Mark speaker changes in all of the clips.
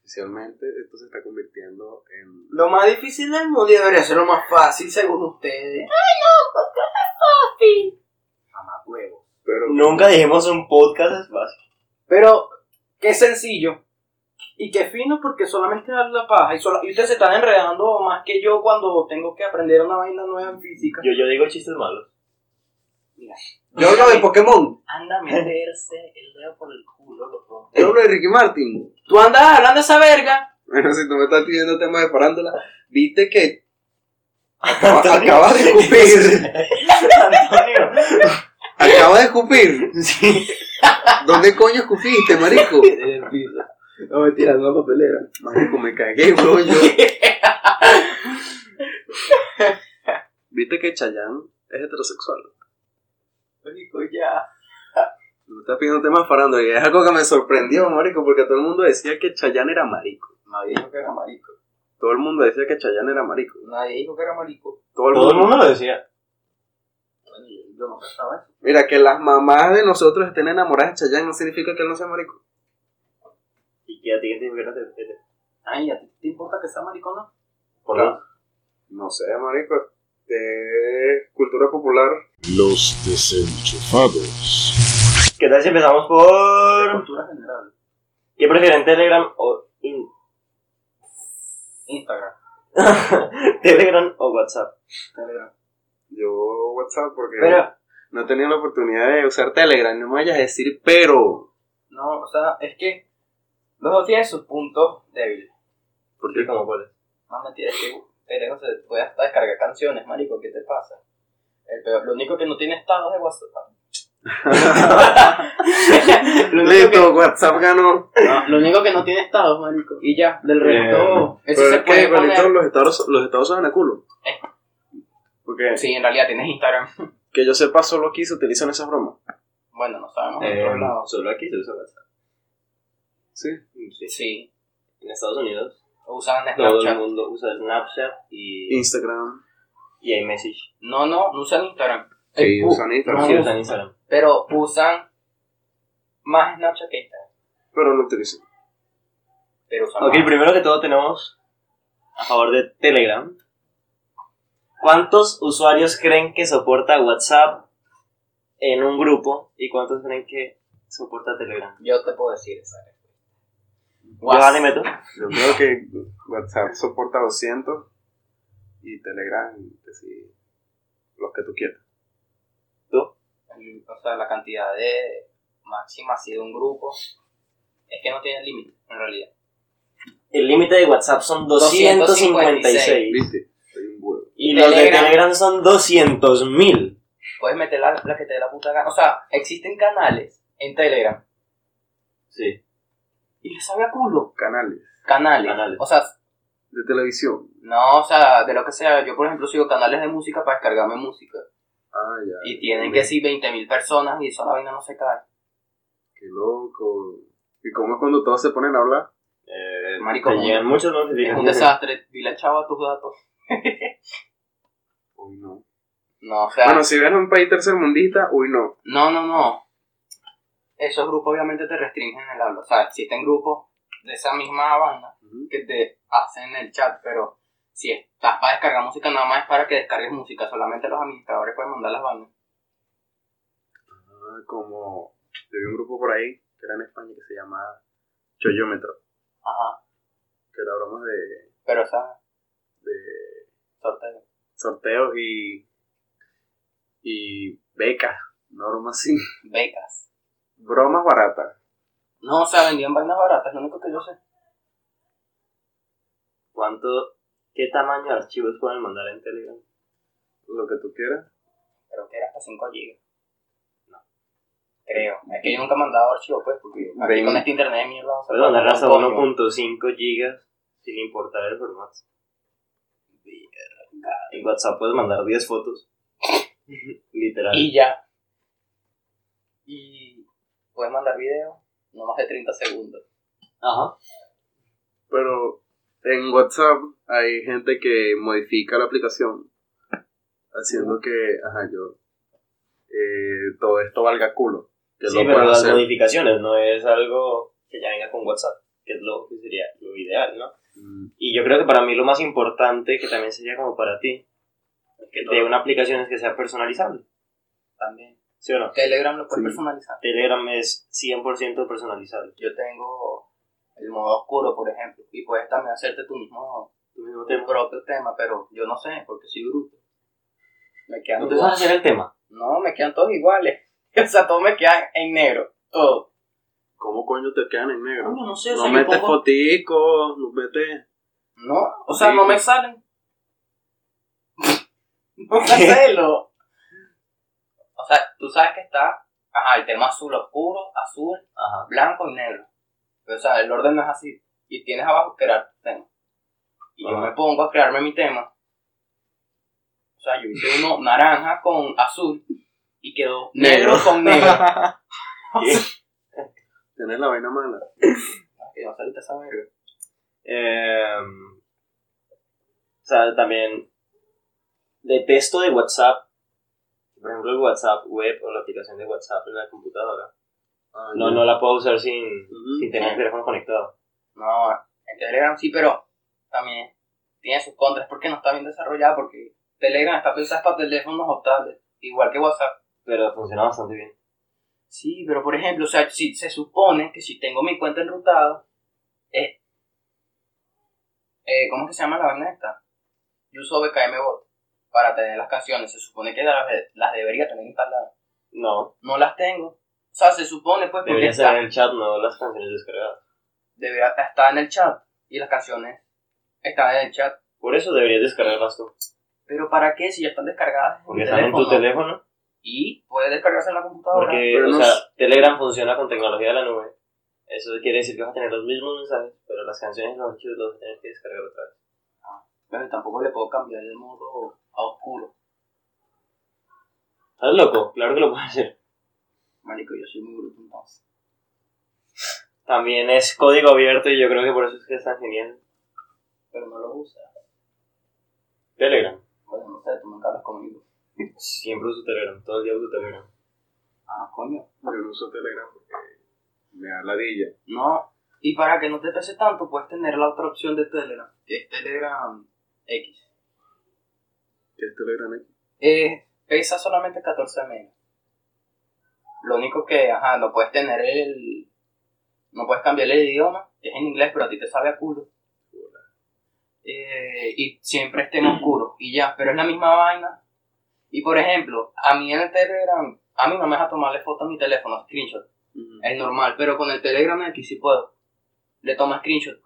Speaker 1: oficialmente esto se está convirtiendo en...
Speaker 2: Lo más difícil del mundo y debería ser lo más fácil según ustedes.
Speaker 1: Jamás huevo. Pero
Speaker 3: Nunca dijimos un podcast es fácil.
Speaker 2: Pero qué sencillo. Y qué fino porque solamente dar la paja. Y, sola- y ustedes se están enredando más que yo cuando tengo que aprender una vaina nueva en física.
Speaker 3: Yo, yo digo chistes malos.
Speaker 1: Yo hablo de Pokémon.
Speaker 4: Anda a meterse el dedo por el culo, loco.
Speaker 1: Yo hablo de Ricky Martin.
Speaker 2: Tú andas hablando esa verga.
Speaker 1: Bueno, si tú me estás pidiendo temas de farándula, viste que acaba, acaba de escupir.
Speaker 3: Antonio.
Speaker 1: acaba de escupir. ¿Dónde coño escupiste, marico?
Speaker 2: En el piso.
Speaker 1: No me tiras la papelera. Marico, me cagué, bro. Yo. ¿Viste que Chayanne es heterosexual?
Speaker 2: Marico, ya.
Speaker 1: Tú me estás pidiendo temas de farándula y es algo que me sorprendió, marico, porque todo el mundo decía que Chayanne era marico.
Speaker 2: Nadie dijo que era marico.
Speaker 1: Todo el mundo decía que Chayanne era marico.
Speaker 2: Nadie dijo que era marico.
Speaker 1: Todo el
Speaker 3: Todo
Speaker 1: mundo.
Speaker 3: el mundo lo decía.
Speaker 2: Bueno, yo, yo no pensaba eso.
Speaker 1: Mira, que las mamás de nosotros estén enamoradas de Chayanne no significa que él no sea marico.
Speaker 3: Y que a ti que te invierno te- te-
Speaker 2: Ay, ¿a ti te importa que sea marico o no?
Speaker 3: Por
Speaker 1: Claro.
Speaker 3: dos.
Speaker 1: No sé, marico. De cultura popular.
Speaker 5: Los desenchufados.
Speaker 3: ¿Qué tal si empezamos
Speaker 2: De
Speaker 3: por.
Speaker 2: cultura general.
Speaker 3: ¿Qué prefieren Telegram o in-
Speaker 2: Instagram,
Speaker 3: Telegram o WhatsApp?
Speaker 2: Telegram.
Speaker 1: Yo WhatsApp porque
Speaker 2: Pero,
Speaker 1: no he tenido la oportunidad de usar Telegram. No me vayas a decir pero.
Speaker 2: no, o sea, es que los dos tienen sus puntos débiles.
Speaker 1: Porque
Speaker 3: ¿Y cómo cuál es?
Speaker 2: No mentira, es que Telegram se puede hasta descargar canciones, marico, ¿qué te pasa? El peor- lo único que no tiene estados de WhatsApp. lo, único que,
Speaker 1: Listo, WhatsApp ganó.
Speaker 2: no, lo único que no tiene estados, marico. Y ya, del resto, eso
Speaker 1: Pero
Speaker 2: se
Speaker 1: es que
Speaker 2: puede poner.
Speaker 1: igualito los estados, los estados saben a culo.
Speaker 2: Eh.
Speaker 1: Porque
Speaker 2: Sí, en realidad tienes Instagram.
Speaker 1: que yo sepa solo aquí se utilizan esas bromas.
Speaker 2: Bueno, no sabemos en
Speaker 3: Eh,
Speaker 2: otros lados.
Speaker 3: solo aquí se usa WhatsApp.
Speaker 1: Sí.
Speaker 2: Sí,
Speaker 3: En Estados Unidos
Speaker 2: usan
Speaker 3: todo el
Speaker 2: Snapchat.
Speaker 3: mundo usa Snapchat y,
Speaker 1: Instagram.
Speaker 3: y iMessage.
Speaker 2: No, no, no usan Instagram.
Speaker 1: Sí,
Speaker 2: Eh, u-
Speaker 1: usan Instagram.
Speaker 2: no,
Speaker 3: Sí, usan Instagram.
Speaker 2: Pero usan más Snapchat que Instagram.
Speaker 1: Pero no utilizan.
Speaker 2: Pero usan
Speaker 3: Ok,
Speaker 2: más.
Speaker 3: primero que todo tenemos a favor de Telegram. ¿Cuántos usuarios creen que soporta WhatsApp en un grupo y cuántos creen que soporta Telegram?
Speaker 2: Yo te puedo decir esa.
Speaker 3: Yo ahora le meto.
Speaker 1: Yo creo que WhatsApp soporta 200 y Telegram, que sí, los que tú quieras.
Speaker 2: el- o sea, la cantidad de máxima así de un grupo, es que no tiene límite, en realidad.
Speaker 3: El límite de WhatsApp son 256.
Speaker 1: ¿Viste? Soy un huevo.
Speaker 3: Y los de
Speaker 2: Telegram.
Speaker 3: Telegram son 200.000.
Speaker 2: Puedes meter la, la que te dé la puta gana. O sea, existen canales en Telegram.
Speaker 3: Sí.
Speaker 2: Y les sabe a culo.
Speaker 1: Canales
Speaker 2: Canales.
Speaker 3: Canales.
Speaker 2: O sea,
Speaker 1: de televisión.
Speaker 2: no, o sea, de lo que sea. Yo, por ejemplo, sigo canales de música para descargarme música.
Speaker 1: Ah, ya.
Speaker 2: Y tienen que sí 20.000 personas y eso la vaina no se cae.
Speaker 1: Qué loco. ¿Y cómo es cuando todos se ponen a hablar?
Speaker 3: Eh,
Speaker 2: Marico,
Speaker 3: te llegan muchos
Speaker 2: Es un
Speaker 3: notificaciones.
Speaker 2: desastre. Dile chavo a tus datos.
Speaker 1: Uy, no.
Speaker 2: No, o sea,
Speaker 1: Bueno, si ves un país tercermundista, uy, no.
Speaker 2: no, no, no. Esos grupos obviamente te restringen el habla. O sea, existen grupos de esa misma banda que te hacen en el chat, pero si estás para descargar música, nada más es para que descargues música. Solamente los administradores pueden mandar las bandas.
Speaker 1: Ah, como. Yo vi un grupo por ahí, que era en España, que se llamaba Choyómetro,
Speaker 2: Ajá.
Speaker 1: que era bromas de,
Speaker 2: Pero, o sea,
Speaker 1: de
Speaker 2: sorteo.
Speaker 1: sorteos y. y becas, no bromas así.
Speaker 2: Becas.
Speaker 1: Bromas baratas.
Speaker 2: No, o sea, vendían vainas baratas, lo único que yo sé.
Speaker 3: ¿Cuánto, qué tamaño de archivos pueden mandar en Telegram?
Speaker 1: Lo que tú quieras.
Speaker 2: Creo que era hasta 5 GB. Creo. Es que yo nunca he mandado archivos, pues, porque aquí
Speaker 1: Veinte.
Speaker 2: con este internet de mierda no se
Speaker 3: Pueden mandar hasta
Speaker 2: mandar un coño.
Speaker 3: 1.5 gigas sin importar el formato. En WhatsApp puedes mandar 10 fotos. Literal.
Speaker 2: Y ya. Y puedes mandar video, no más de 30 segundos.
Speaker 3: Ajá.
Speaker 1: Pero en WhatsApp hay gente que modifica la aplicación haciendo que, ajá, yo. eh, todo esto valga culo. Que
Speaker 3: Sí,
Speaker 1: lo
Speaker 3: pero
Speaker 1: puedes
Speaker 3: las
Speaker 1: hacer.
Speaker 3: modificaciones no es algo que ya venga con WhatsApp. que es lo que sería lo ideal, ¿no?
Speaker 1: Mm.
Speaker 3: Y yo creo que para mí lo más importante, que también sería como para ti,
Speaker 2: Que
Speaker 3: de
Speaker 2: todo-
Speaker 3: una aplicación es que sea personalizable,
Speaker 2: también.
Speaker 3: ¿sí o no?
Speaker 2: Telegram lo puedes
Speaker 1: Sí.
Speaker 2: personalizar.
Speaker 3: Telegram es 100% personalizable.
Speaker 2: Yo tengo el modo oscuro, por ejemplo, y puedes también hacerte tu mismo
Speaker 3: Tú mismo
Speaker 2: tu
Speaker 3: te-
Speaker 2: propio tema, pero yo no sé, porque soy bruto. Me quedan
Speaker 3: No te
Speaker 2: igual.
Speaker 3: sabes hacer el tema.
Speaker 2: No, me quedan todos iguales. O sea, todos me quedan en negro. Todo.
Speaker 1: ¿Cómo coño te quedan en negro?
Speaker 3: no sé,
Speaker 1: No metes foticos, no metes.
Speaker 2: No, o sea,
Speaker 1: Sí.
Speaker 2: no me salen. No cancelo. O sea, tú sabes que está, ajá, el tema azul oscuro, azul,
Speaker 3: Ajá.
Speaker 2: blanco y negro. Pero, o sea, el orden no es así. Y tienes abajo crear tu tema. Y yo
Speaker 3: Ajá.
Speaker 2: me pongo a crearme mi tema. O sea, yo hice uno naranja con azul y quedó negro con negro.
Speaker 1: Tienes la vaina mala.
Speaker 2: Que no saliste esa verga.
Speaker 3: Em, o sea, también de texto de WhatsApp, por ejemplo el WhatsApp web o la aplicación de WhatsApp en la computadora,
Speaker 1: Ah,
Speaker 3: no,
Speaker 1: ya.
Speaker 3: no la puedo usar sin,
Speaker 1: Ujú.
Speaker 3: sin tener el teléfono conectado.
Speaker 2: No, en Telegram sí, pero también tiene sus contras porque no está bien desarrollada porque Telegram está pensada para teléfonos o tablets, igual que WhatsApp.
Speaker 3: Pero funciona bastante bien.
Speaker 2: Sí, pero por ejemplo, o sea, si se supone que si tengo mi cuenta enrutada, eh, eh, ¿cómo es que se llama la vaina esta? Yo uso BKM Bot para tener las canciones, se supone que las, las debería tener instaladas.
Speaker 3: No,
Speaker 2: No las tengo. O sea, se supone pues porque
Speaker 3: debería
Speaker 2: está,
Speaker 3: estar en el chat, no las canciones descargadas.
Speaker 2: debería, está en el chat y las canciones están en el chat.
Speaker 3: Por eso deberías descargarlas tú,
Speaker 2: ¿Pero para qué si ya están descargadas?
Speaker 3: porque
Speaker 2: el
Speaker 3: están en tu teléfono,
Speaker 2: Y puede descargarse en la computadora.
Speaker 3: porque
Speaker 1: Pero
Speaker 3: o
Speaker 1: no
Speaker 3: sea,
Speaker 1: es-
Speaker 3: Telegram funciona con tecnología de la nube. Eso quiere decir que vas a tener los mismos mensajes, pero las canciones y los archivos los vas a tener que descargar otra vez.
Speaker 2: Pero tampoco le puedo cambiar el modo a oscuro.
Speaker 3: ¿Estás loco? Claro que lo puedes hacer.
Speaker 2: Marico, yo soy muy bruto entonces.
Speaker 3: También es código abierto y yo creo que por eso es que es tan genial.
Speaker 2: Pero no lo usa.
Speaker 3: Telegram.
Speaker 2: Bueno, no sé, tú nunca hablas conmigo.
Speaker 3: Siempre uso Telegram, todo el día uso Telegram.
Speaker 2: Ah, coño.
Speaker 1: Yo no uso Telegram porque me da ladilla.
Speaker 2: No. Y para que no te pese tanto, puedes tener la otra opción de Telegram. Que es Telegram X.
Speaker 1: ¿Qué es Telegram? eh?
Speaker 2: Eh, pesa solamente 14 megas. Lo único que, ajá, no puedes tener el... No puedes cambiar el idioma, que es en inglés, pero a ti te sabe a culo. Eh, y siempre esté en oscuro, y ya, pero es la misma vaina. Y por ejemplo, a mí en el Telegram, a mí no me deja tomarle foto a mi teléfono, screenshot, el normal, pero con el Telegram X sí puedo. Le tomo screenshot.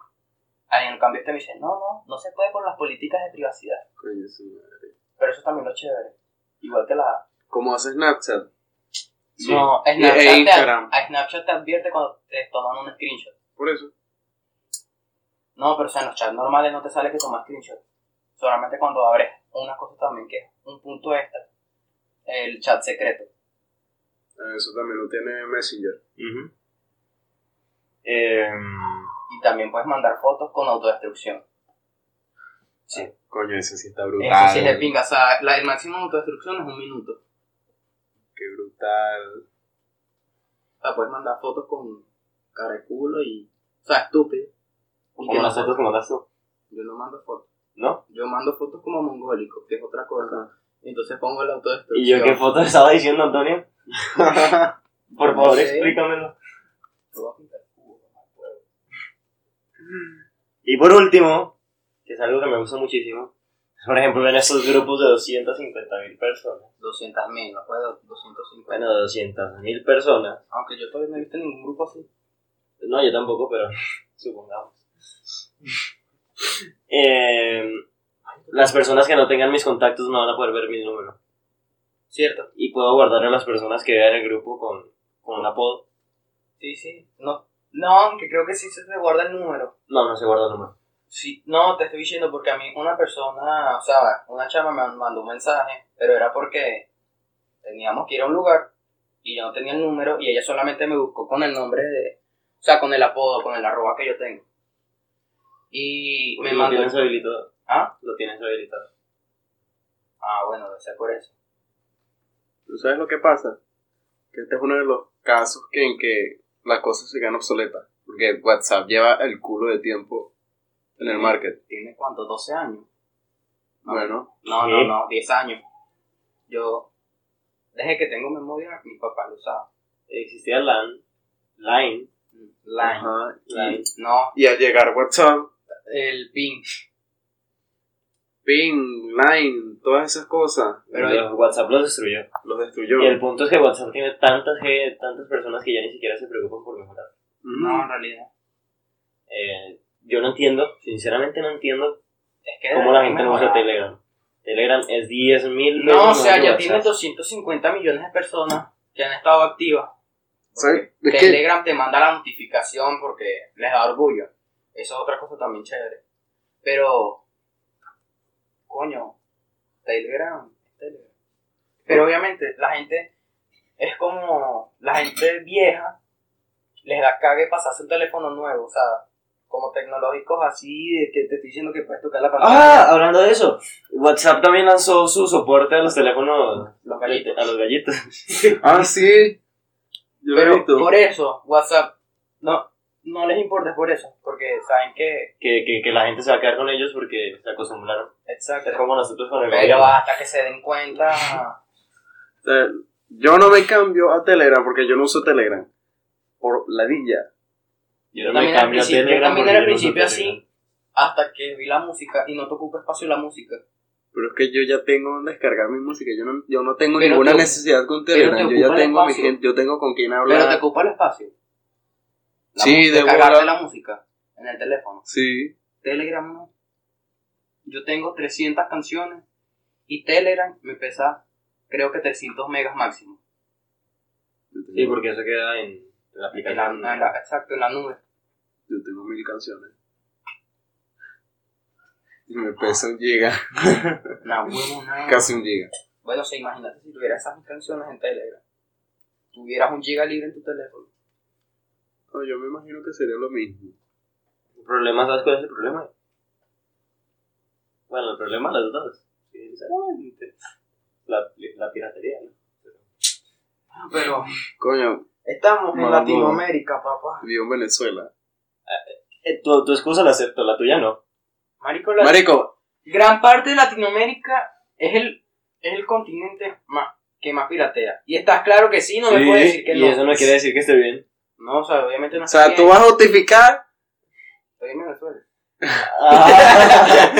Speaker 2: Ahí en cambio este me dice, no, no, no se puede por las políticas de privacidad.
Speaker 1: Coño, su madre.
Speaker 2: Pero eso también lo chévere. Igual que la,
Speaker 1: ¿Cómo hace Snapchat? Sí.
Speaker 2: No,
Speaker 1: Y-
Speaker 2: Snapchat,
Speaker 1: e
Speaker 2: te-
Speaker 1: Instagram.
Speaker 2: a Snapchat te advierte cuando te toman un screenshot.
Speaker 1: Por eso.
Speaker 2: No, pero o sea, en los chats normales no te sale que tomas screenshot. Solamente cuando abres una cosa también que es un punto extra. El chat secreto.
Speaker 1: Ah, Eso también lo tiene Messenger.
Speaker 3: Ujú. Em,
Speaker 2: Y también puedes mandar fotos con autodestrucción.
Speaker 1: Coño, ese sí está
Speaker 2: Eso
Speaker 1: brutal.
Speaker 2: sí es de pinga. O sea, la- el máximo de autodestrucción es un minuto.
Speaker 1: Qué brutal.
Speaker 2: O sea, puedes mandar fotos con cara de culo y. O sea, estúpido. Y que
Speaker 3: como
Speaker 2: no
Speaker 3: las
Speaker 2: sé,
Speaker 3: fotos que mandas tú,
Speaker 2: Yo no mando fotos.
Speaker 3: ¿no?
Speaker 2: Yo mando fotos como mongólico, que es otra cosa. Entonces pongo la autodestrucción.
Speaker 3: ¿Y yo qué fotos estaba diciendo, Antonio? Por
Speaker 2: No
Speaker 3: favor,
Speaker 2: sé.
Speaker 3: explícamelo.
Speaker 2: Tú vas a pintar el culo, no me acuerdo.
Speaker 3: Y por último, que es algo que me gusta muchísimo, por ejemplo, en esos grupos de 250.000 personas,
Speaker 2: 200 mil, no fue do- 250.
Speaker 3: bueno, 200.000 personas,
Speaker 2: Aunque yo todavía no he visto ningún grupo así.
Speaker 3: No, yo tampoco, pero supongamos. Eh, las personas que no tengan mis contactos no van a poder ver mi número.
Speaker 2: ¿Cierto?
Speaker 3: Y puedo guardar a las personas que vean el grupo con, con un apodo.
Speaker 2: Sí, sí. No, no aunque creo que sí se te guarda el número.
Speaker 3: No, no se guarda el número.
Speaker 2: Sí, no, te estoy diciendo porque a mí una persona, o sea, una chama me mandó un mensaje, pero era porque teníamos que ir a un lugar y yo no tenía el número y ella solamente me buscó con el nombre de, o sea, con el apodo, con el arroba que yo tengo. Y me
Speaker 3: Porque lo
Speaker 2: mandó...
Speaker 3: tienes habilitado.
Speaker 2: ¿Ah?
Speaker 3: Lo tienes habilitado.
Speaker 2: ah, bueno, debe ser por eso.
Speaker 1: ¿Tú sabes lo que pasa? Que este es uno de los casos que en que las cosas se quedan obsoletas. Porque WhatsApp lleva el culo de tiempo en el market.
Speaker 2: ¿Tiene cuánto? ¿12 años? No,
Speaker 1: Bueno,
Speaker 2: No,
Speaker 3: ¿Qué?
Speaker 2: no, no, 10 años. Yo, desde que tengo memoria, mi papá lo usaba.
Speaker 3: Existía LAN, Line,
Speaker 2: Line.
Speaker 1: ajá,
Speaker 3: Line.
Speaker 2: No,
Speaker 1: Y al llegar WhatsApp,
Speaker 2: el ping.
Speaker 1: Ping, Line, todas esas cosas,
Speaker 3: Pero el WhatsApp los destruyó.
Speaker 1: los destruyó.
Speaker 3: Y el punto es que WhatsApp tiene tantas, ge- tantas personas que ya ni siquiera se preocupan por mejorar. Mm.
Speaker 1: Ujú.
Speaker 2: No, en realidad.
Speaker 3: Eh, yo no entiendo, sinceramente no entiendo
Speaker 2: Es que
Speaker 3: cómo la gente no usa
Speaker 2: mejoraba.
Speaker 3: Telegram. Telegram es 10.000 mil
Speaker 2: No, o sea, ya tiene 250 millones de personas que han estado activas.
Speaker 1: ¿Sabes? Es que-
Speaker 2: Telegram te manda la notificación porque les da orgullo. Eso es otra cosa también chévere. Pero, coño, Telegram, Telegram. Pero obviamente la gente es como la gente vieja les da cague pasarse un teléfono nuevo, o sea, como tecnológicos así, de que te estoy diciendo que puedes tocar la pantalla.
Speaker 3: Ah, hablando de eso, WhatsApp también lanzó su soporte a los teléfonos,
Speaker 2: Los gallitos.
Speaker 3: a los gallitos.
Speaker 1: Ah, sí. Yo lo he
Speaker 2: Pero
Speaker 1: visto.
Speaker 2: por eso, WhatsApp, no, no les importa es por eso, porque saben que,
Speaker 3: Que, que, que la gente se va a quedar con ellos porque se acostumbraron.
Speaker 2: exacto,
Speaker 3: Es como nosotros con el
Speaker 2: pero
Speaker 3: gobierno.
Speaker 2: hasta que se den cuenta,
Speaker 1: O sea, yo no me cambio a Telegram porque yo no uso Telegram. Por ladilla.
Speaker 3: Yo,
Speaker 2: Yo
Speaker 3: no me
Speaker 2: también al
Speaker 3: cambio a
Speaker 2: principio- yo
Speaker 3: Telegram.
Speaker 2: también
Speaker 3: porque
Speaker 2: era al
Speaker 3: yo no uso
Speaker 2: principio así.
Speaker 3: Telegram.
Speaker 2: hasta que vi la música y no te ocupa espacio la música.
Speaker 1: Pero es que yo ya tengo donde descargar mi música. Yo no, yo no tengo
Speaker 2: Pero
Speaker 1: ninguna
Speaker 2: te-
Speaker 1: necesidad con
Speaker 2: pero te
Speaker 1: Telegram. Yo ya
Speaker 2: ocupa el
Speaker 1: tengo mi
Speaker 2: espacio.
Speaker 1: gente, yo tengo con quién
Speaker 2: Pero te
Speaker 1: hablar.
Speaker 2: ocupa el espacio.
Speaker 1: Sí,
Speaker 2: mu-
Speaker 1: de
Speaker 2: descargarte
Speaker 1: bola.
Speaker 2: la música en el teléfono.
Speaker 1: Sí.
Speaker 2: Telegram no. Yo tengo 300 canciones y Telegram me pesa creo que 300 megas máximo.
Speaker 3: Sí, porque eso queda en,
Speaker 2: En la-
Speaker 3: la aplicación.
Speaker 2: en la- exacto, en la nube.
Speaker 1: Yo tengo mil canciones. Y me pesa un giga.
Speaker 2: Una huevona.
Speaker 1: Casi un giga.
Speaker 2: Bueno, se imagínate si tuvieras esas mis canciones en Telegram. Tuvieras un giga libre en tu teléfono.
Speaker 1: No, yo me imagino que sería lo mismo.
Speaker 3: El problema, ¿sabes cuál es el problema? Bueno, el problema las dos, sinceramente. La, la piratería, ¿no?
Speaker 2: Pero
Speaker 1: Coño,
Speaker 2: estamos en
Speaker 1: Mamá.
Speaker 2: Latinoamérica, papá.
Speaker 1: vivo en Venezuela.
Speaker 3: Eh, tu, tu excusa la acepto, la tuya no.
Speaker 2: Marico, la-
Speaker 1: Marico,
Speaker 2: gran parte de Latinoamérica es el, es el continente más, que más piratea. Y estás claro que sí, no me puedes decir que
Speaker 3: y
Speaker 2: no.
Speaker 3: eso no quiere decir que esté bien.
Speaker 2: No, o sea, obviamente no
Speaker 1: o sea,
Speaker 2: estoy
Speaker 1: tú
Speaker 2: bien.
Speaker 1: vas a justificar.
Speaker 2: Estoy en Venezuela. Ah,
Speaker 1: O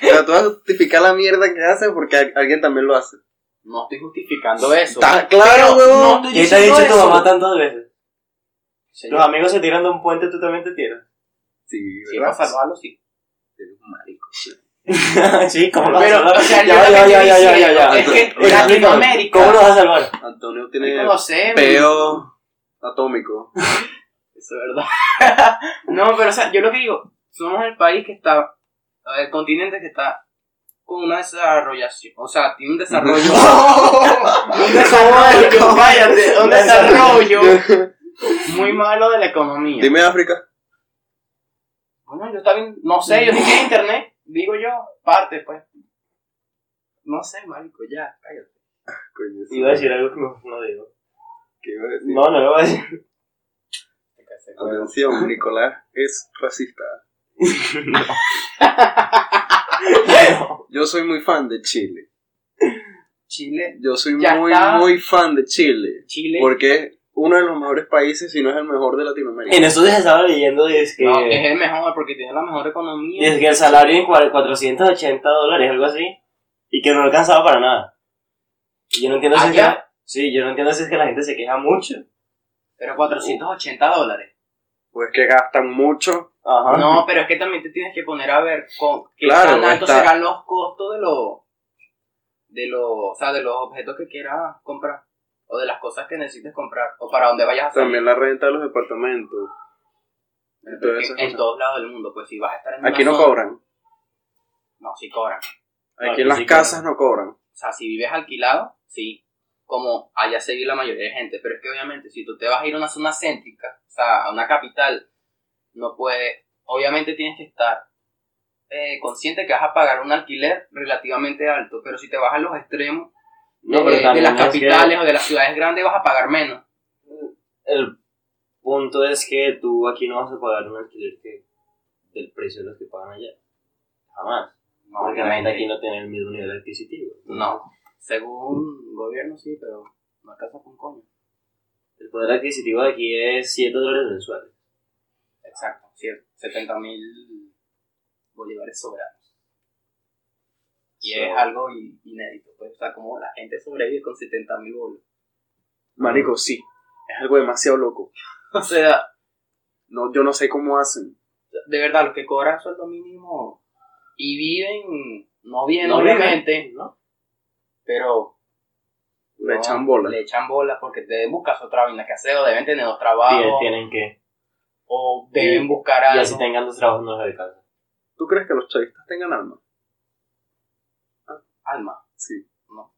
Speaker 1: sea, tú vas a justificar la mierda que haces porque al- alguien también lo hace.
Speaker 2: No estoy justificando eso.
Speaker 1: Está claro,
Speaker 2: Pero
Speaker 1: huevón.
Speaker 2: no estoy
Speaker 3: ¿Qué te ha
Speaker 2: diciendo
Speaker 3: dicho tu
Speaker 2: eso.
Speaker 3: mamá tantas veces?
Speaker 2: Señor,
Speaker 3: Tus amigos se tiran de un puente, tú también te tiras.
Speaker 1: Sí,
Speaker 2: Sí, para salvarlo, sí.
Speaker 1: Eres un marico.
Speaker 3: sí, ¿cómo lo vas
Speaker 2: Pero,
Speaker 3: a salvar?
Speaker 2: o sea, yo
Speaker 3: ya,
Speaker 2: lo
Speaker 3: ya,
Speaker 2: que estoy
Speaker 3: ya, ya, ya, ya,
Speaker 2: diciendo
Speaker 3: ya.
Speaker 2: es que
Speaker 3: Oye, explícame,
Speaker 2: Latinoamérica-
Speaker 3: ¿Cómo lo vas a salvar?
Speaker 1: Antonio
Speaker 2: Yo
Speaker 1: tiene
Speaker 2: no sé,
Speaker 1: peo atómico.
Speaker 2: Eso es verdad. no, pero o sea, yo lo que digo, somos el país que está, el continente que está con una desarrollación, o sea, tiene un desarrollo. un desarrollo, cállate, un desarrollo muy malo de la economía.
Speaker 1: Dime África.
Speaker 2: Bueno, yo también, no sé, yo dije internet, digo yo, parte pues. No sé, marico, ya, cállate.
Speaker 1: Coño, sí.
Speaker 3: Iba a decir algo que no, no digo.
Speaker 1: ¿Qué iba a decir?
Speaker 3: No, no lo voy a decir.
Speaker 1: Atención, Nicolás es racista. Yo soy muy fan de Chile.
Speaker 2: Chile,
Speaker 1: Yo soy
Speaker 2: Ya
Speaker 1: muy,
Speaker 2: está.
Speaker 1: muy fan de Chile.
Speaker 2: Chile.
Speaker 1: Porque es uno de los mejores países, si no es el mejor de Latinoamérica.
Speaker 3: En estos días estaba leyendo y es que...
Speaker 2: no, que es el mejor porque tiene la mejor
Speaker 3: Y
Speaker 2: economía.
Speaker 3: es que el salario en cua- 480 dólares, algo así, y que no alcanzaba para nada. Y yo no entiendo si es que,
Speaker 2: ¿Allá?
Speaker 3: sí, yo no entiendo si es que la gente se queja mucho.
Speaker 2: Pero 480 dólares.
Speaker 1: Pues que gastan mucho.
Speaker 3: Ajá.
Speaker 2: No, pero es que también te tienes que poner a ver con qué
Speaker 1: Claro,
Speaker 2: tan altos
Speaker 1: está-
Speaker 2: serán los costos de los de los, o sea, de los objetos que quieras comprar o de las cosas que necesites comprar o para dónde vayas a salir.
Speaker 1: También la renta de los departamentos.
Speaker 2: Porque
Speaker 1: todas esas
Speaker 2: en
Speaker 1: cosas.
Speaker 2: todos lados del mundo, pues si vas a estar en
Speaker 1: Aquí
Speaker 2: una
Speaker 1: no
Speaker 2: zona-
Speaker 1: cobran.
Speaker 2: No, sí cobran.
Speaker 1: Aquí
Speaker 3: Aquí
Speaker 1: en las
Speaker 3: sí cobran.
Speaker 1: casas no cobran.
Speaker 2: O sea, si vives alquilado, sí, como allá se vive la mayoría de gente, pero es que obviamente si tú te vas a ir a una zona céntrica, o sea, a una capital, no puedes, obviamente tienes que estar eh, consciente que vas a pagar un alquiler relativamente alto, pero si te vas a los extremos
Speaker 3: No,
Speaker 2: de-
Speaker 3: pero
Speaker 2: Eh, de,
Speaker 3: también
Speaker 2: las
Speaker 3: es que
Speaker 2: capitales o de las ciudades grandes vas a pagar menos.
Speaker 3: el punto es que tú aquí no vas a pagar un alquiler que, del precio de los que pagan allá. Jamás.
Speaker 2: No,
Speaker 3: porque la gente aquí
Speaker 2: obviamente.
Speaker 3: no tiene el mismo nivel adquisitivo.
Speaker 2: No. Según gobierno, sí, pero no alcanza con coño.
Speaker 3: El poder adquisitivo de aquí es 7 dólares mensuales.
Speaker 2: Exacto. 70 mil bolívares soberanos. Y es
Speaker 3: So-
Speaker 2: algo in- inédito. Pues, o sea, como la gente sobrevive con 70 mil bolos.
Speaker 1: Marico, sí. Es algo demasiado loco.
Speaker 2: O sea,
Speaker 1: No, yo no sé cómo hacen.
Speaker 2: de verdad, los que cobran sueldo mínimo y viven, no bien,
Speaker 3: No viven,
Speaker 2: obviamente, pero
Speaker 1: Le
Speaker 2: no,
Speaker 1: echan bola.
Speaker 2: Le echan bola porque te buscas otra vaina que hacer o deben tener dos trabajos
Speaker 3: Tien- Tienen que.
Speaker 2: o deben
Speaker 3: y-
Speaker 2: buscar
Speaker 3: Y
Speaker 2: algo.
Speaker 3: así tengan dos trabajos no les alcanza.
Speaker 1: ¿Tú crees que los chavistas tengan alma?
Speaker 2: Alma.
Speaker 1: Sí.
Speaker 2: O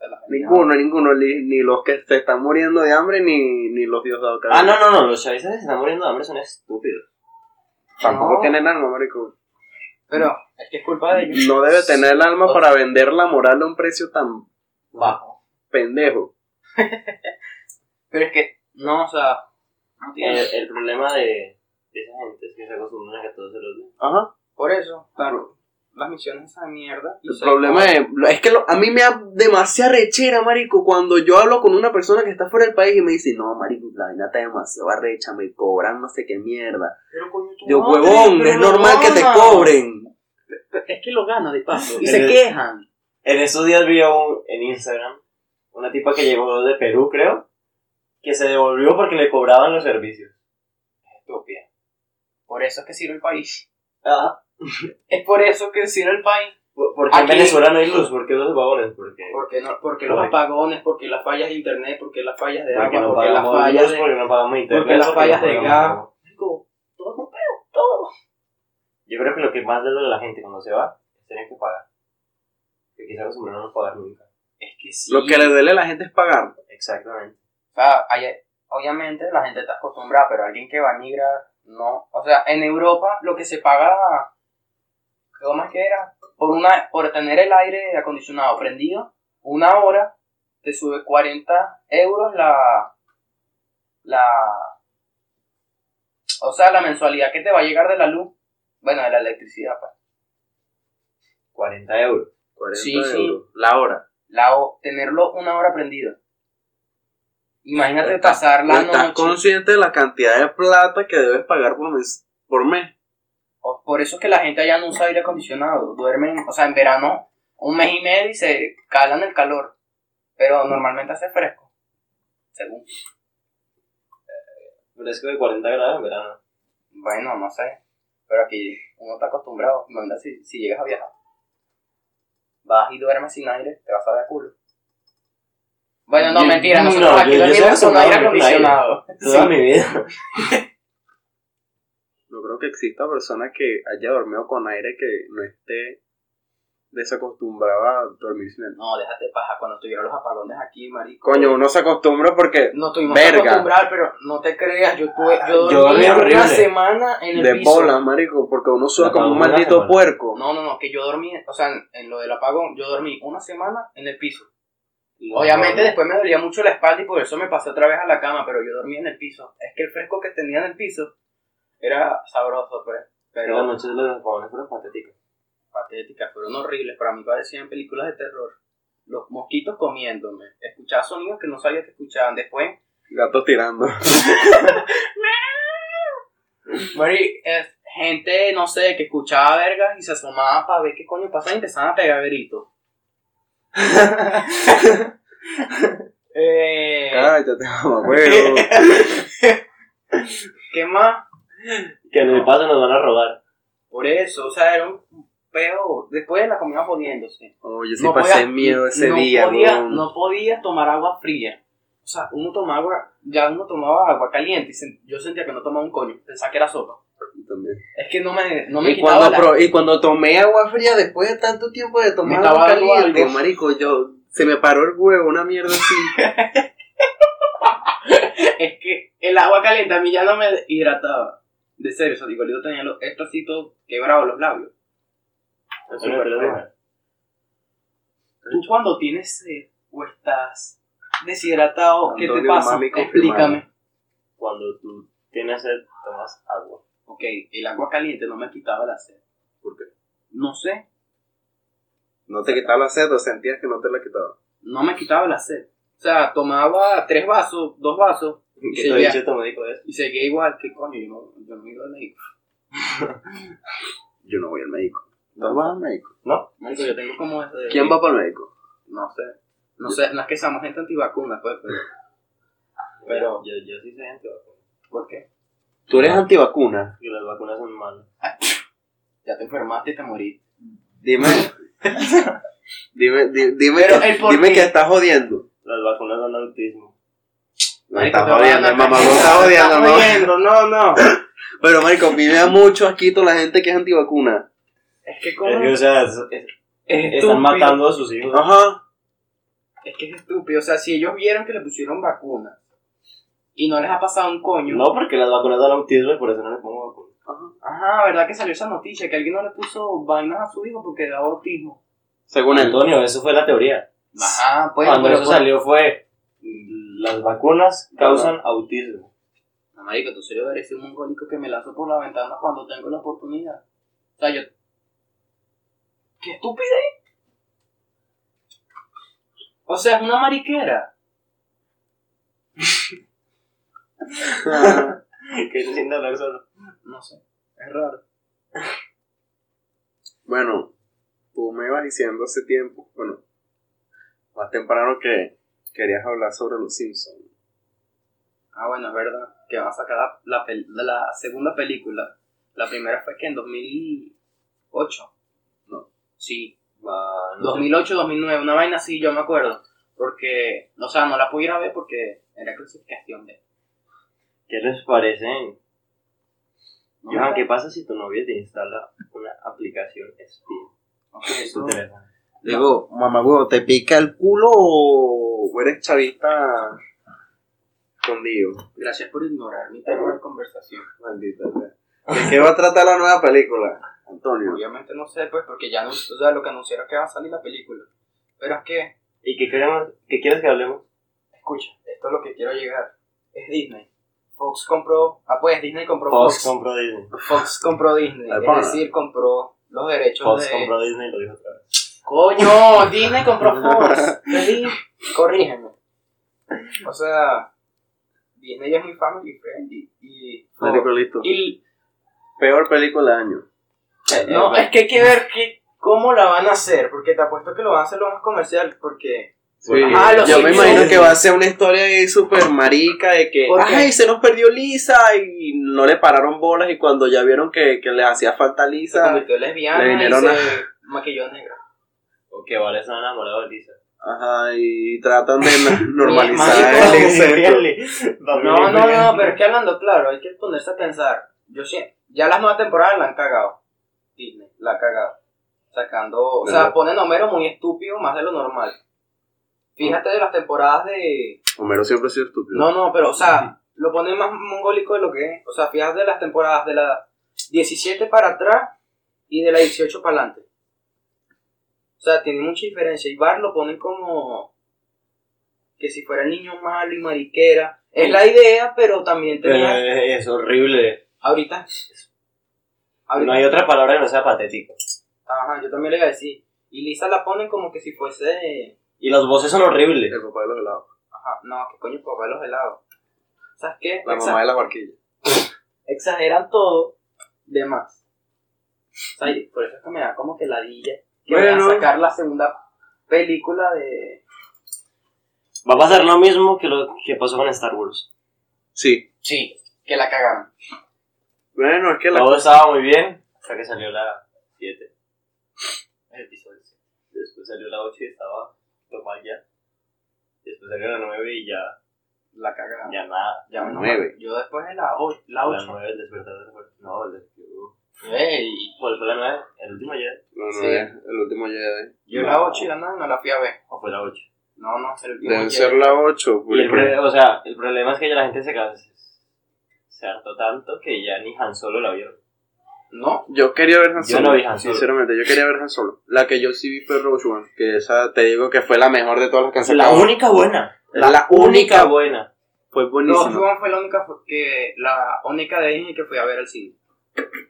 Speaker 2: sea, la gente-
Speaker 1: Ninguno, ninguno. Ni, ni los que se están muriendo de hambre, ni, ni los diosdados que
Speaker 3: Ah, no, no, no. Los chavistas que se están muriendo de hambre son estúpidos.
Speaker 1: Tampoco
Speaker 2: No.
Speaker 1: tienen alma, marico.
Speaker 2: Pero es que es culpa de ellos.
Speaker 1: No debe tener el alma para vender la moral a un precio tan
Speaker 2: Bajo.
Speaker 1: pendejo.
Speaker 2: Pero es que, no, o sea, no
Speaker 3: El,
Speaker 2: tiene-
Speaker 3: el problema de, de esa gente es que se acostumbran a que todos se los den.
Speaker 1: Ajá.
Speaker 2: Por eso, claro, las misiones esa mierda. y
Speaker 1: El
Speaker 2: se-
Speaker 1: problema es, es que lo- a mí me da demasiada rechera, marico, cuando yo hablo con una persona que está fuera del país y me dice, no, marico, la vaina está demasiado arrecha, me cobran no sé qué mierda.
Speaker 2: Pero coño, tú
Speaker 1: Yo,
Speaker 2: no,
Speaker 1: huevón,
Speaker 2: pero
Speaker 1: es
Speaker 2: lo
Speaker 1: normal que te
Speaker 2: ganas.
Speaker 1: cobren.
Speaker 2: Es que lo gana de paso.
Speaker 3: Y se
Speaker 1: Eh,
Speaker 2: quejan.
Speaker 3: En estos días vi a un- en Instagram una tipa que llegó de Perú, creo, que se devolvió porque le cobraban los servicios.
Speaker 2: Estúpida. Por eso es que sirve el país.
Speaker 3: Ajá.
Speaker 2: Es por eso que sirve el país.
Speaker 3: ¿Por por qué en
Speaker 2: Aquí-
Speaker 3: Venezuela no hay luz? ¿Por qué los vagones? Porque,
Speaker 2: Porque, no, porque los
Speaker 3: Oye.
Speaker 2: apagones, porque las fallas de internet, porque las fallas de
Speaker 3: porque
Speaker 2: agua,
Speaker 3: no
Speaker 2: porque las
Speaker 3: pagamos
Speaker 2: fallas
Speaker 3: luz,
Speaker 2: de...
Speaker 3: porque no pagamos internet.
Speaker 2: porque las
Speaker 3: no
Speaker 2: fallas de
Speaker 3: pagamos
Speaker 2: gas.
Speaker 3: agua.
Speaker 2: Todo es un pedo, todo.
Speaker 3: Yo creo que lo que más le duele a la gente cuando se va es tener que pagar. Que quizás los hombres no nos pagan nunca.
Speaker 2: Es que sí.
Speaker 1: Lo que le duele a la gente es pagar.
Speaker 3: Exactamente.
Speaker 2: O sea, hay- obviamente la gente está acostumbrada, pero alguien que va a migrar, no. O sea, en Europa lo que se paga, ¿cómo es que era? Por, una, por tener el aire acondicionado prendido, una hora, te sube 40 euros la... la o sea, la mensualidad que te va a llegar de la luz, bueno, de la electricidad, pues.
Speaker 3: 40 euros.
Speaker 1: 40
Speaker 2: Sí, sí.
Speaker 1: euros la hora.
Speaker 2: la ho- tenerlo una hora prendido. Imagínate
Speaker 1: Está-
Speaker 2: pasar la
Speaker 1: ¿Estás
Speaker 2: noche.
Speaker 1: consciente de la cantidad de plata que debes pagar por mes? Por mes?
Speaker 2: O- Por eso es que la gente allá no usa aire acondicionado. Duermen, o sea, en verano un mes y medio y se calan el calor. Pero normalmente hace fresco. Según.
Speaker 3: Fresco de 40 grados en verano.
Speaker 2: Bueno, no sé. Pero aquí uno está acostumbrado. Imagínate si, si llegas a viajar. Vas y duermes sin aire, te vas a ver culo. Bueno, no,
Speaker 3: Yo-
Speaker 2: mentira.
Speaker 3: no,
Speaker 2: Nosotros
Speaker 3: yo-
Speaker 2: aquí
Speaker 3: yo
Speaker 2: dormimos
Speaker 3: soy
Speaker 2: con aire
Speaker 3: acostumbrado a dormir con aire.
Speaker 2: acondicionado.
Speaker 3: Toda mi vida.
Speaker 1: No creo que exista persona que haya dormido con aire que no esté desacostumbrada a dormir sin aire.
Speaker 2: No, déjate paja. Cuando estuvieron los apagones aquí, marico.
Speaker 1: Coño, uno se acostumbra porque
Speaker 2: No estuvimos
Speaker 1: Verga.
Speaker 2: acostumbrados, pero no te creas. Yo, tuve, yo,
Speaker 3: Yo
Speaker 2: dormí
Speaker 3: dormí
Speaker 2: una
Speaker 3: horrible.
Speaker 2: semana en el
Speaker 1: de
Speaker 2: piso.
Speaker 1: bola, marico, porque uno suda
Speaker 3: La
Speaker 1: como un
Speaker 3: palabra
Speaker 1: maldito
Speaker 3: semana.
Speaker 1: puerco.
Speaker 2: No, no, no, que yo dormí, o sea, en, en lo del apagón, yo dormí una semana en el piso. Obviamente después me dolía mucho la espalda y por eso me pasé otra vez a la cama, pero yo dormí en el piso. Es que el fresco que tenía en el piso era sabroso, pues.
Speaker 3: Pero las
Speaker 2: Pero
Speaker 3: noches de los japoneses fueron patéticas.
Speaker 2: patéticas, fueron horribles. Para mí parecían películas de terror. Los mosquitos comiéndome. Escuchaba sonidos que no sabía que escuchaban. Después
Speaker 1: Gatos tirando.
Speaker 2: Eh. Mari, eh, gente, no sé, que escuchaba vergas y se asomaba para ver qué coño pasaba y empezaban a pegar gritos. Eh,
Speaker 1: Cállate, mamacuevo.
Speaker 2: ¿Qué más?
Speaker 3: Que en el paso nos van a robar.
Speaker 2: Por eso, o sea, era un peo. Después de la comida jodiéndose.
Speaker 1: Oye, sí pasé miedo ese
Speaker 2: no
Speaker 1: día,
Speaker 2: podía,
Speaker 1: weón.
Speaker 2: no podía tomar agua fría. O sea, uno tomaba agua, ya uno tomaba agua caliente y sen- yo sentía que no tomaba un coño, pensaba que era sopa.
Speaker 1: También.
Speaker 2: Es que no me, no me
Speaker 1: Y
Speaker 2: quitaba
Speaker 1: cuando,
Speaker 2: la-
Speaker 1: pro- y cuando tomé agua fría después de tanto tiempo de tomar
Speaker 2: Me
Speaker 1: agua
Speaker 2: estaba dando
Speaker 1: caliente,
Speaker 2: algo.
Speaker 1: marico, yo se me paró el huevo, una mierda así.
Speaker 2: es que el agua caliente a mí ya no me hidrataba. De serio, o sea, digo, yo tenía los, esto así todo quebrado los labios.
Speaker 3: Eso
Speaker 2: súper
Speaker 3: no te lo
Speaker 2: feo.
Speaker 3: digo.
Speaker 2: Tú cuando tienes sed o estás deshidratado, ¿qué te
Speaker 1: Antonio,
Speaker 2: pasa?
Speaker 1: mami, confirmado.
Speaker 2: Explícame.
Speaker 3: cuando tú tienes sed, tomas agua.
Speaker 2: Ok, el agua caliente no me quitaba la sed.
Speaker 1: ¿Por qué?
Speaker 2: No sé,
Speaker 1: No te quitaba la sed o sentías que no te la quitaba.
Speaker 2: no me quitaba la sed. O sea, tomaba tres vasos, dos vasos,
Speaker 3: Que "Este
Speaker 2: Sí,
Speaker 3: te
Speaker 2: ya.
Speaker 3: dicho, te me dijo eso.
Speaker 2: y seguía igual. ¿Qué coño? Yo no, yo no he ido al médico.
Speaker 1: Yo no voy al médico. ¿No vas al médico?
Speaker 2: Marico, yo tengo como eso de-
Speaker 1: ¿Quién va para el médico?
Speaker 2: No sé. No sé, no es que seamos gente antivacuna, pues, pero... Pero-
Speaker 3: yo, yo sí soy antivacuna.
Speaker 2: ¿Por qué?
Speaker 1: ¿Tú eres antivacuna?
Speaker 3: Y las vacunas son malas.
Speaker 2: Ya te enfermaste y te moriste.
Speaker 1: Dime. dime, di- dime,
Speaker 2: Pero
Speaker 1: que,
Speaker 2: el por
Speaker 1: dime
Speaker 2: qué.
Speaker 1: que estás jodiendo.
Speaker 3: Las vacunas dan autismo.
Speaker 1: No,
Speaker 2: Marico,
Speaker 1: estás
Speaker 2: te van a
Speaker 1: jodiendo,
Speaker 2: dar
Speaker 1: el mamá
Speaker 2: cáncer.
Speaker 1: está jodiendo, el mamá.
Speaker 3: no, no.
Speaker 1: Pero, marico, vive mucho aquí toda la gente que es antivacuna.
Speaker 2: Es que como...
Speaker 3: Es que, o sea, es- es-
Speaker 2: estúpido.
Speaker 3: están matando a sus hijos.
Speaker 1: Ajá.
Speaker 2: Es que es estúpido. O sea, si ellos vieron que le pusieron vacuna y no les ha pasado un coño.
Speaker 3: No, porque las vacunas dan autismo y por eso no les pongo vacunas.
Speaker 2: Ajá, ¿verdad que salió esa noticia? Que alguien no le puso vainas a su hijo porque da autismo.
Speaker 1: Según él.
Speaker 3: Antonio, eso fue la teoría.
Speaker 2: Ajá, pues.
Speaker 3: Cuando
Speaker 2: pero
Speaker 3: eso
Speaker 2: por-
Speaker 3: salió fue, las vacunas causan autismo.
Speaker 2: No, ah, marico, tú serio eres un mongólico que me lanzo por la ventana cuando tengo la oportunidad. O sea, yo... ¡Qué estupidez! O sea, es una mariquera.
Speaker 3: que se siente hablar solo.
Speaker 2: No sé, es raro.
Speaker 1: bueno, tú me ibas diciendo hace tiempo, bueno, más temprano que querías hablar sobre los Simpsons.
Speaker 2: Ah, bueno, es verdad. Que van a sacar la, la pel- la segunda película. La primera fue que en 2008.
Speaker 1: No.
Speaker 2: Sí.
Speaker 3: Va, no sé.
Speaker 2: 2008, 2009, una vaina así, yo me acuerdo. Porque, o sea, no la pudiera ver porque era clasificación de...
Speaker 3: ¿Qué les parece?
Speaker 2: ¿no?
Speaker 3: Johan, ¿qué pasa si tu novia te instala una aplicación espía
Speaker 2: Ok,
Speaker 3: en
Speaker 2: eso-
Speaker 3: tu teléfono?
Speaker 1: Digo, mamá, huevo, ¿te pica el culo o eres chavista escondido?
Speaker 2: Gracias por ignorar mi tema de conversación.
Speaker 1: Maldita sea. ¿De qué va a tratar la nueva película, Antonio?
Speaker 2: Obviamente no sé, pues, porque ya no, o sea, lo que anunciaron es que va a salir la película. Pero es que,
Speaker 3: ¿Y qué, queremos, qué quieres que hablemos?
Speaker 2: escucha, esto es lo que quiero llegar. Es Disney. Fox compró, ah, pues Disney compró Fox.
Speaker 3: Fox compró Disney.
Speaker 2: Fox compró Disney,
Speaker 1: Ay,
Speaker 2: es
Speaker 1: pana.
Speaker 2: decir, compró los derechos
Speaker 3: Fox
Speaker 2: de...
Speaker 3: compró Disney, lo dijo otra vez.
Speaker 2: ¡Coño! Disney compró Fox. Yo dije, Corrígeme. O sea, Disney es muy family friendly y...
Speaker 1: Marico, listo.
Speaker 2: y
Speaker 1: Peor película del año.
Speaker 2: no, es que hay que ver que, cómo la van a hacer, porque te apuesto que lo van a hacer lo más comercial, porque...
Speaker 1: Sí,
Speaker 2: Ajá, los
Speaker 1: yo me
Speaker 2: Simpsons.
Speaker 1: imagino que va a ser una historia ahí súper marica de que
Speaker 2: ¿Por qué?
Speaker 1: ay se nos perdió Lisa y no le pararon bolas y cuando ya vieron que, que les hacía falta
Speaker 2: se
Speaker 1: Lisa
Speaker 2: convirtió en lesbiana
Speaker 1: le vinieron
Speaker 2: y
Speaker 1: a-
Speaker 2: se maquilló negra.
Speaker 3: O que vale, está enamorado de Lisa.
Speaker 1: ajá, y tratan de na- normalizar
Speaker 2: marico,
Speaker 1: el insecto.
Speaker 2: No, no, no, pero es que hablando claro, hay que ponerse a pensar. Yo sé, ya las nuevas temporadas la han cagado. Disney, la ha cagado. Sacando, o sea,
Speaker 1: ¿Verdad?
Speaker 2: ponen a Homero muy estúpido, más de lo normal. Fíjate de las temporadas de...
Speaker 1: Homero siempre ha sido estúpido.
Speaker 2: No, no, pero, o sea, lo ponen más mongólico de lo que es. O sea, fíjate de las temporadas de la 17 para atrás y de la 18 para adelante. O sea, tiene mucha diferencia. Y Bart lo ponen como... Que si fuera el niño malo y mariquera. Es la idea, pero también
Speaker 3: Pero
Speaker 2: tenía...
Speaker 3: Eh, es horrible.
Speaker 2: Ahorita. Ahorita.
Speaker 3: No hay otra palabra que no sea patético.
Speaker 2: Ajá, yo también le iba a decir. Y Lisa la ponen como que si fuese.
Speaker 3: Y las voces son horribles.
Speaker 1: El papá de los helados.
Speaker 2: Ajá, no, que coño, papá de los helados. ¿Sabes qué?
Speaker 1: La
Speaker 2: Exa-
Speaker 1: mamá de las barquillas.
Speaker 2: Exageran todo de más. O sea, y por eso es que me da como que ladilla. Que van
Speaker 1: Bueno.
Speaker 2: a sacar la segunda película de.
Speaker 3: Va a pasar lo mismo que lo que pasó con Star Wars.
Speaker 1: Sí.
Speaker 2: Sí, que la cagaron.
Speaker 1: Bueno, es que la
Speaker 3: Todo estaba muy bien hasta que salió la 7.
Speaker 2: El episodio.
Speaker 3: Después salió la 8 y estaba normal ya. Después salió la 9 y ya,
Speaker 2: La cagaron.
Speaker 3: ya nada.
Speaker 2: Ya menos
Speaker 1: Nueve.
Speaker 2: mal. Yo después de la 8. La
Speaker 3: La
Speaker 2: 8.
Speaker 3: 9 el despertar de fuerza. No, el despertar.
Speaker 2: Ey.
Speaker 3: ¿Cuál fue la 9? ¿El último ayer?
Speaker 1: No, no,
Speaker 2: Sí.
Speaker 1: es el último Jedi.
Speaker 2: Yo la 8 y la 9 no la fui a ver.
Speaker 3: ¿O fue la 8?
Speaker 2: No, no, se
Speaker 1: Deben ser la 8.
Speaker 3: Y el pro- o sea, el problema es que ya la gente se cansa. Se hartó tanto que ya ni Han Solo la vieron.
Speaker 2: No,
Speaker 1: Yo quería ver Han
Speaker 3: Yo
Speaker 1: Solo.
Speaker 3: no vi Han Solo.
Speaker 1: Sinceramente, yo quería ver Han Solo. La que yo sí vi fue Rogue One, que esa te digo que fue la mejor de todas las que han
Speaker 3: La
Speaker 1: sacado.
Speaker 3: única buena.
Speaker 1: La única
Speaker 3: buena.
Speaker 1: Fue
Speaker 2: No,
Speaker 1: buenísimo.
Speaker 2: Juan fue la única fu- que la única de Disney que fui a ver al cine.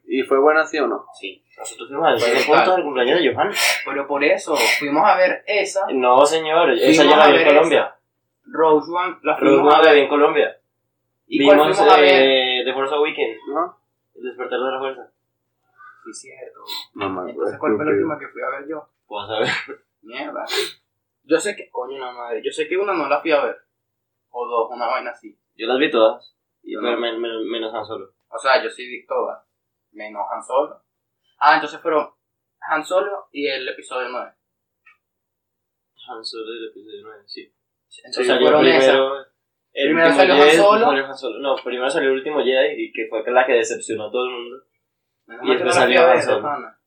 Speaker 1: ¿Y fue buena sí o no?
Speaker 2: Sí.
Speaker 3: Nosotros fuimos al
Speaker 2: Fue
Speaker 3: cine
Speaker 2: brutal.
Speaker 3: juntos al cumpleaños de Johan.
Speaker 2: Pero por eso fuimos a ver esa.
Speaker 3: No, señor, esa
Speaker 2: fuimos
Speaker 3: ya la
Speaker 2: a
Speaker 3: vi en
Speaker 2: ver
Speaker 3: Colombia.
Speaker 2: esa. Rogue One la fuimos
Speaker 3: Luego
Speaker 2: a
Speaker 3: la
Speaker 2: ver.
Speaker 3: vi en Colombia.
Speaker 2: ¿Y cuál
Speaker 3: Vimos
Speaker 2: fuimos a ver?
Speaker 3: eh, The Force Awakens,
Speaker 1: No.
Speaker 3: El despertar de la fuerza.
Speaker 2: Sí, cierto.
Speaker 1: No me
Speaker 2: Entonces, ¿cuál fue la última que fui a ver yo?
Speaker 3: Vamos a ver.
Speaker 2: Mierda. Yo sé que, coño, no madre. Yo sé que una no la fui a ver. O dos, una vaina así.
Speaker 3: Yo las vi todas.
Speaker 2: Yo
Speaker 3: pero
Speaker 2: no.
Speaker 3: men- men- menos Han Solo.
Speaker 2: O sea, yo sí vi todas. Menos Han Solo. Ah, entonces fueron Han Solo y el episodio 9.
Speaker 3: Han Solo del episodio 9, sí.
Speaker 2: Entonces
Speaker 3: salió
Speaker 2: fueron esas.
Speaker 3: primero. El
Speaker 2: Primero
Speaker 3: último
Speaker 2: salió Han
Speaker 3: Jedi,
Speaker 2: Solo.
Speaker 3: salió Han Solo. No, primero salió el último Jedi y que fue la que decepcionó a todo el mundo.
Speaker 2: Menos
Speaker 3: Y
Speaker 2: mal que
Speaker 3: después
Speaker 2: no la fui
Speaker 3: salió
Speaker 2: a ver,
Speaker 3: Han Solo.
Speaker 2: pana.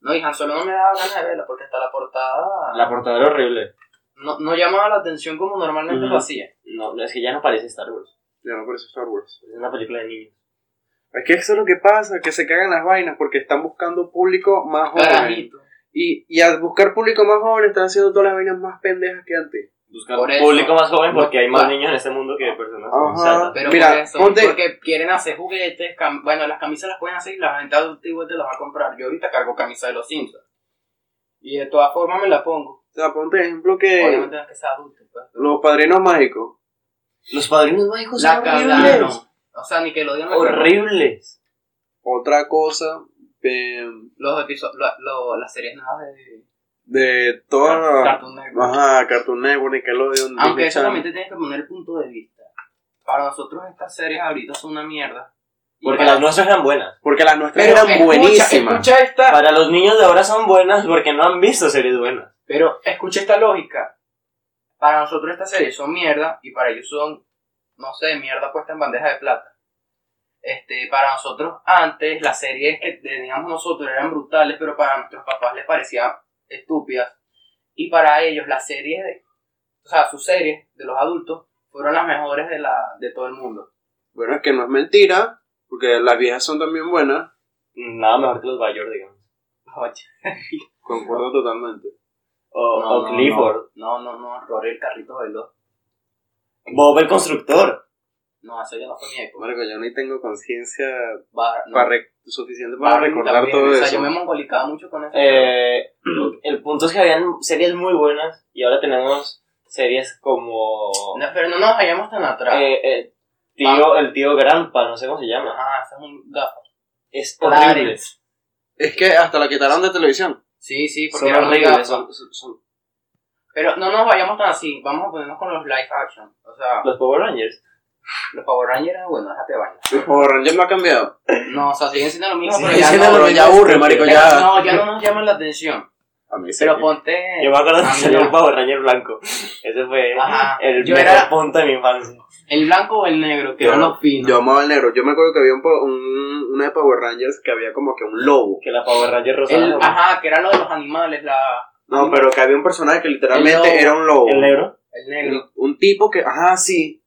Speaker 2: No, y Han Solo no me daba ganas de verla porque hasta la portada
Speaker 3: La portada era horrible.
Speaker 2: no, no llamaba la atención como normalmente
Speaker 3: Mm.
Speaker 2: lo hacía.
Speaker 3: No, no, es que ya no parece Star Wars.
Speaker 1: Ya no parece Star Wars.
Speaker 3: Es una película de niños.
Speaker 1: Es que eso es lo que pasa, que se cagan las vainas porque están buscando público más
Speaker 3: eh,
Speaker 1: joven.
Speaker 2: Carajito.
Speaker 1: Y, y al buscar público más joven están haciendo todas las vainas más pendejas que antes.
Speaker 3: Buscar
Speaker 2: Por eso.
Speaker 3: público más joven porque hay más
Speaker 2: Ah.
Speaker 3: niños en este mundo que personas.
Speaker 1: Ajá.
Speaker 3: sensatas.
Speaker 2: Pero
Speaker 1: Mira,
Speaker 2: por eso,
Speaker 1: ponte-
Speaker 2: porque quieren hacer juguetes, cam- bueno, las camisas las pueden hacer y la gente adulta igual te las va a comprar. Yo ahorita cargo camisa de los Simpsons. Y de todas formas me la pongo.
Speaker 1: O sea, ponte ejemplo que
Speaker 2: Obviamente no es que sea adulto. pues.
Speaker 1: los padrinos mágicos.
Speaker 3: Los padrinos mágicos
Speaker 2: La
Speaker 3: son
Speaker 2: cagaron.
Speaker 3: horribles.
Speaker 2: O sea, ni que lo digan
Speaker 3: Horribles.
Speaker 1: Otra cosa eh,
Speaker 2: los episodios, las series nuevas de
Speaker 1: de toda...
Speaker 2: Cartoon Network.
Speaker 1: Ajá, Cartoon Network, Nickelodeon, Disney
Speaker 2: Aunque Ah, eso
Speaker 1: Channel.
Speaker 2: también te tienes que poner el punto de vista. Para nosotros estas series ahorita son una mierda. Y
Speaker 3: Porque
Speaker 2: para-
Speaker 3: las nuestras eran buenas.
Speaker 1: Porque las nuestras
Speaker 2: Pero
Speaker 1: eran
Speaker 2: escucha,
Speaker 1: buenísimas.
Speaker 2: Escucha esta,
Speaker 3: Para los niños de ahora son buenas porque no han visto series buenas.
Speaker 2: Pero escucha esta lógica. Para nosotros estas series son mierda y para ellos son, no sé, mierda puesta en bandeja de plata. Este, para nosotros antes las series que teníamos nosotros eran brutales, pero para nuestros papás les parecían estúpidas. Y para ellos las series, de- o sea, sus series de los adultos fueron las mejores de, la, de todo el mundo.
Speaker 1: Bueno, es que no es mentira, porque las viejas son también buenas.
Speaker 3: Nada mejor que los Bayor, digamos.
Speaker 2: Oye,
Speaker 1: Concuerdo totalmente.
Speaker 3: O,
Speaker 2: no,
Speaker 3: o
Speaker 2: no,
Speaker 3: Clifford.
Speaker 2: No, no, no, Rory el carrito veloz.
Speaker 3: Bob el constructor.
Speaker 2: No, eso ya no fue mi época.
Speaker 1: Marco, yo ni tengo conciencia
Speaker 2: Bar- no,
Speaker 1: para rec- suficiente para
Speaker 2: Barney
Speaker 1: recordar
Speaker 2: también.
Speaker 1: todo
Speaker 2: O sea,
Speaker 1: eso.
Speaker 2: yo me mongolicaba mucho con eso.
Speaker 3: Eh, el punto es que habían series muy buenas y ahora tenemos series como
Speaker 2: No, pero no nos vayamos tan atrás.
Speaker 3: eh, eh, tío, el tío Grampa, no sé cómo se llama.
Speaker 2: ah, eso es un gafo.
Speaker 3: Es horrible.
Speaker 1: Es que hasta la quitaron de televisión.
Speaker 2: Sí, sí, porque
Speaker 3: Son
Speaker 2: era un
Speaker 3: horribles.
Speaker 2: gafo.
Speaker 3: Son, son- son-
Speaker 2: Pero no nos vayamos tan así. Vamos a ponernos con los live action. O sea,
Speaker 3: los Power Rangers.
Speaker 2: los Power Rangers, bueno, déjate vaina.
Speaker 1: El Power Ranger no ha cambiado.
Speaker 2: No, o sea, siguen siendo lo mismo,
Speaker 3: Sí,
Speaker 2: pero
Speaker 3: siguen
Speaker 2: ya
Speaker 3: siendo
Speaker 2: no,
Speaker 3: lo
Speaker 1: pero
Speaker 2: pero
Speaker 1: ya aburre, marico,
Speaker 2: pero
Speaker 1: ya.
Speaker 2: no, ya no nos llaman la atención.
Speaker 1: A mí sí.
Speaker 2: Pero ponte.
Speaker 3: Yo me acuerdo que
Speaker 2: a mí
Speaker 3: salió
Speaker 2: Eh. Ah, no.
Speaker 3: el Power Ranger blanco. Ese fue
Speaker 2: Ajá.
Speaker 3: el
Speaker 2: Yo
Speaker 3: mejor
Speaker 2: era-
Speaker 3: punto de mi infancia.
Speaker 2: El blanco o el negro, que
Speaker 1: Yo-
Speaker 2: eran los finos.
Speaker 1: Yo amaba el negro. Yo me acuerdo que había un, po- un- una de Power Rangers que había como que un lobo.
Speaker 3: Que la Power Ranger rosada.
Speaker 2: El- ajá, que era lo de los animales, la.
Speaker 1: No, pero que había un personaje que
Speaker 2: El
Speaker 1: literalmente
Speaker 2: lobo.
Speaker 1: era un lobo.
Speaker 3: el negro.
Speaker 2: El negro.
Speaker 1: Un- Un tipo que, ajá, sí.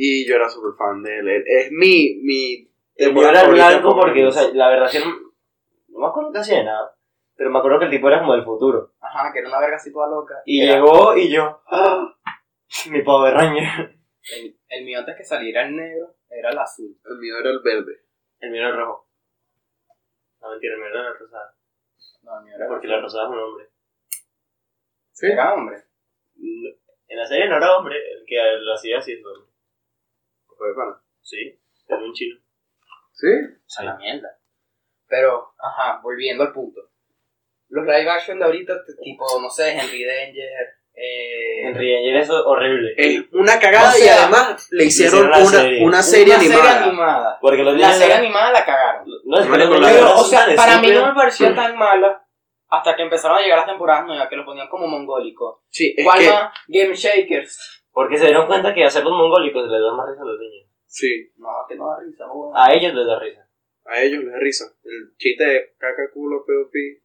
Speaker 1: Y yo era súper fan de él. Él- Es mi. mi
Speaker 3: Yo era el
Speaker 1: favorita
Speaker 3: blanco
Speaker 1: Power
Speaker 3: porque, o
Speaker 1: Rangers.
Speaker 3: sea, la verdad es que no, no me acuerdo casi de nada. Pero me acuerdo que el tipo era como del futuro.
Speaker 2: Ajá, que era una verga así toda loca.
Speaker 3: Y
Speaker 2: Era-
Speaker 3: llegó y yo. ¡ah! Mi Power Ranger.
Speaker 2: El, el mío antes que saliera el negro era el azul.
Speaker 1: El mío era el verde.
Speaker 3: El mío era el rojo. No, mentira, el mío era el rosado.
Speaker 2: No, el mío era el
Speaker 3: Porque
Speaker 2: azul.
Speaker 3: la rosada es un hombre.
Speaker 1: Sí.
Speaker 2: Era hombre.
Speaker 3: No, En la serie no era hombre, el que lo hacía así es hombre.
Speaker 1: Fue de pana.
Speaker 3: Sí, era un chino.
Speaker 1: ¿Sí?
Speaker 2: a la mierda. Pero, ajá, volviendo al punto. Los live action de ahorita, t- tipo, no sé, Henry Danger, eh,
Speaker 3: Henry Ranger es horrible.
Speaker 1: Es una cagada
Speaker 2: O sea,
Speaker 1: y además le hicieron
Speaker 3: hicieron la
Speaker 1: una,
Speaker 3: serie.
Speaker 1: una
Speaker 2: una
Speaker 1: serie animada.
Speaker 2: animada.
Speaker 3: Porque los
Speaker 2: La
Speaker 3: niños.
Speaker 2: serie
Speaker 3: eran-
Speaker 2: animada la cagaron.
Speaker 3: No, es que
Speaker 1: Pero,
Speaker 3: los niños
Speaker 1: La
Speaker 2: Pero,
Speaker 3: eran
Speaker 2: o sea,
Speaker 3: tan
Speaker 2: para mí no me
Speaker 3: estúpidos.
Speaker 1: Mm.
Speaker 2: pareció tan mala hasta que empezaron a llegar las temporadas nuevas que lo ponían como mongólico.
Speaker 1: Sí, es
Speaker 2: Igual
Speaker 1: que-
Speaker 2: más Game Shakers.
Speaker 3: Porque se dieron cuenta que hacer los mongólicos les da más risa a los niños.
Speaker 1: sí,
Speaker 2: No, que no da risa, weón.
Speaker 1: Ah,
Speaker 3: A ellos les da risa.
Speaker 1: a ellos les da risa. El chiste de caca, culo, peo, pi.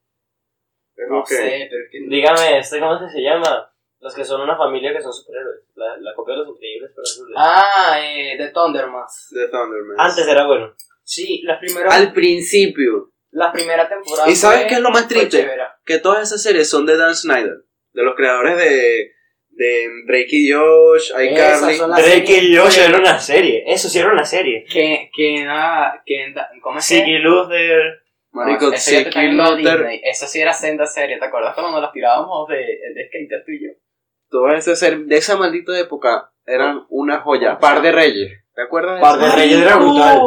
Speaker 1: Es
Speaker 2: No
Speaker 1: lo que-
Speaker 2: sé, pero es que
Speaker 3: Dígame, este, ¿cómo es que se llama? Los que son una familia que son superhéroes. La, la copia de los increíbles, pero azules.
Speaker 2: Ah, eh, The Thundermans.
Speaker 1: De Thunderman.
Speaker 3: Antes era bueno.
Speaker 2: Sí, las primeras,
Speaker 1: Al principio.
Speaker 2: la primera temporada.
Speaker 1: ¿Y sabes
Speaker 2: Ah, fue-
Speaker 1: qué es lo más
Speaker 2: fue
Speaker 1: triste?
Speaker 2: chévere.
Speaker 1: Que todas esas series son de Dan Snyder. De los creadores de, de Drake y Josh,
Speaker 2: Esas
Speaker 1: iCarly.
Speaker 2: son las
Speaker 3: Drake y
Speaker 2: series.
Speaker 3: Josh era una serie. Eso sí era una serie.
Speaker 2: Que, que da, que da, ¿cómo es que?
Speaker 3: Siggy Luther.
Speaker 1: Marico,
Speaker 2: Esa ya te está
Speaker 1: Zeke
Speaker 2: viendo
Speaker 1: Luther,
Speaker 2: Disney. Esa sí era senda serie, ¿te acuerdas cuando las tirábamos de, de skater tú y yo?
Speaker 1: todas esas ser- de esa maldita época eran una joya. Par de Reyes, ¿te acuerdas? de
Speaker 3: Par de
Speaker 1: eso?
Speaker 3: Reyes era brutal.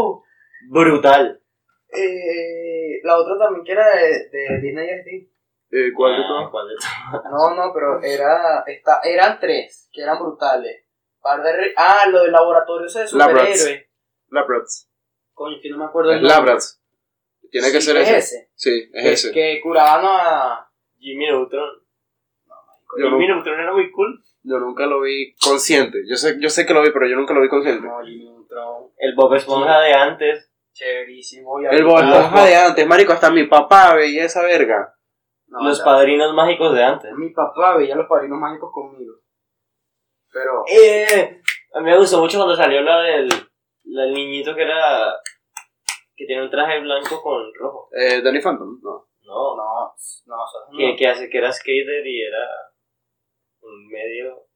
Speaker 3: Brutal.
Speaker 2: Eh, la otra también que era de, de Disney XD.
Speaker 1: Eh, ¿Cuál de todas?
Speaker 3: ¿Cuál de todos?
Speaker 2: No, no, pero era, esta, eran tres que eran brutales. Par de re- ah, lo del laboratorio ese de
Speaker 1: Labrats.
Speaker 2: superhéroes.
Speaker 1: Labrats.
Speaker 2: Coño, que no me acuerdo
Speaker 1: Es
Speaker 2: el nombre.
Speaker 1: Labrats. Tiene que
Speaker 2: Sí,
Speaker 1: ser
Speaker 2: es
Speaker 1: ese.
Speaker 2: ese.
Speaker 1: Sí,
Speaker 2: Que-
Speaker 1: es ese.
Speaker 2: Que curaban a.
Speaker 3: Jimmy Neutron.
Speaker 1: Yo
Speaker 3: Jimmy
Speaker 1: nu-
Speaker 3: Neutron era muy cool.
Speaker 1: yo nunca lo vi consciente. Yo sé, yo sé que lo vi, pero yo nunca lo vi consciente.
Speaker 2: No, Jimmy Neutron,
Speaker 3: El Bob Esponja de antes.
Speaker 2: Chéverísimo. y
Speaker 1: El
Speaker 2: ahorita-
Speaker 1: Esponja de antes, marico, hasta mi papá veía esa verga.
Speaker 2: No,
Speaker 3: los
Speaker 2: ya.
Speaker 3: padrinos mágicos de antes.
Speaker 2: Mi papá veía los padrinos mágicos conmigo. Pero.
Speaker 3: Eh, a mí me gustó mucho cuando salió la del, la del niñito que era. que tiene un traje blanco con rojo.
Speaker 1: Eh, Danny Phantom, no.
Speaker 3: No,
Speaker 2: No, no, o sea, no.
Speaker 3: Que, que hace que era skater y era. un medio.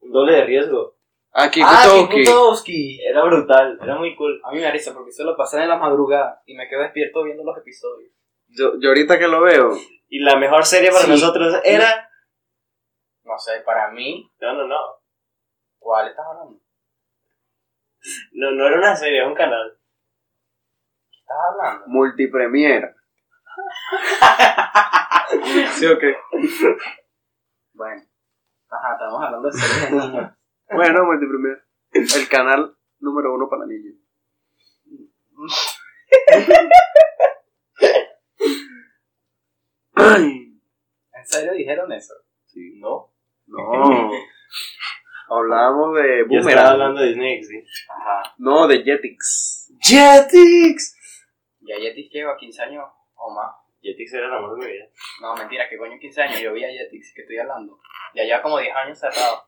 Speaker 3: un doble de riesgo.
Speaker 1: Ah,
Speaker 2: Ah,
Speaker 1: Kikutowski.
Speaker 2: Kikutowski.
Speaker 3: Era brutal, era muy cool.
Speaker 2: A mí me da risa porque se lo pasé en la madrugada y me quedo despierto viendo los episodios.
Speaker 1: yo, yo ahorita que lo veo,
Speaker 3: Y la mejor serie para
Speaker 2: Sí.
Speaker 3: nosotros era.
Speaker 2: No sé, para mí,
Speaker 3: No, no, no.
Speaker 2: ¿cuál estás hablando? ¿Qué
Speaker 3: No, no era una serie, era un canal.
Speaker 2: estás hablando?
Speaker 1: multipremier. ¿Sí o qué?
Speaker 2: Bueno. Ajá, estamos hablando de series de niños.
Speaker 1: Bueno, multipremier. El canal número uno para niños. Ay,
Speaker 2: ¿En serio dijeron eso?
Speaker 1: sí,
Speaker 3: No.
Speaker 1: no. Hablábamos de
Speaker 3: Yo estaba
Speaker 1: Boomerang.
Speaker 3: hablando de Disney XD.
Speaker 2: Ajá.
Speaker 1: No, de Jetix.
Speaker 3: ¡Jetix!
Speaker 2: Ya Jetix lleva 15 años o más.
Speaker 3: Jetix era el amor de mi vida.
Speaker 2: No, mentira, que coño 15 años. Yo vi a Jetix, que estoy hablando. Ya lleva como 10 años cerrado.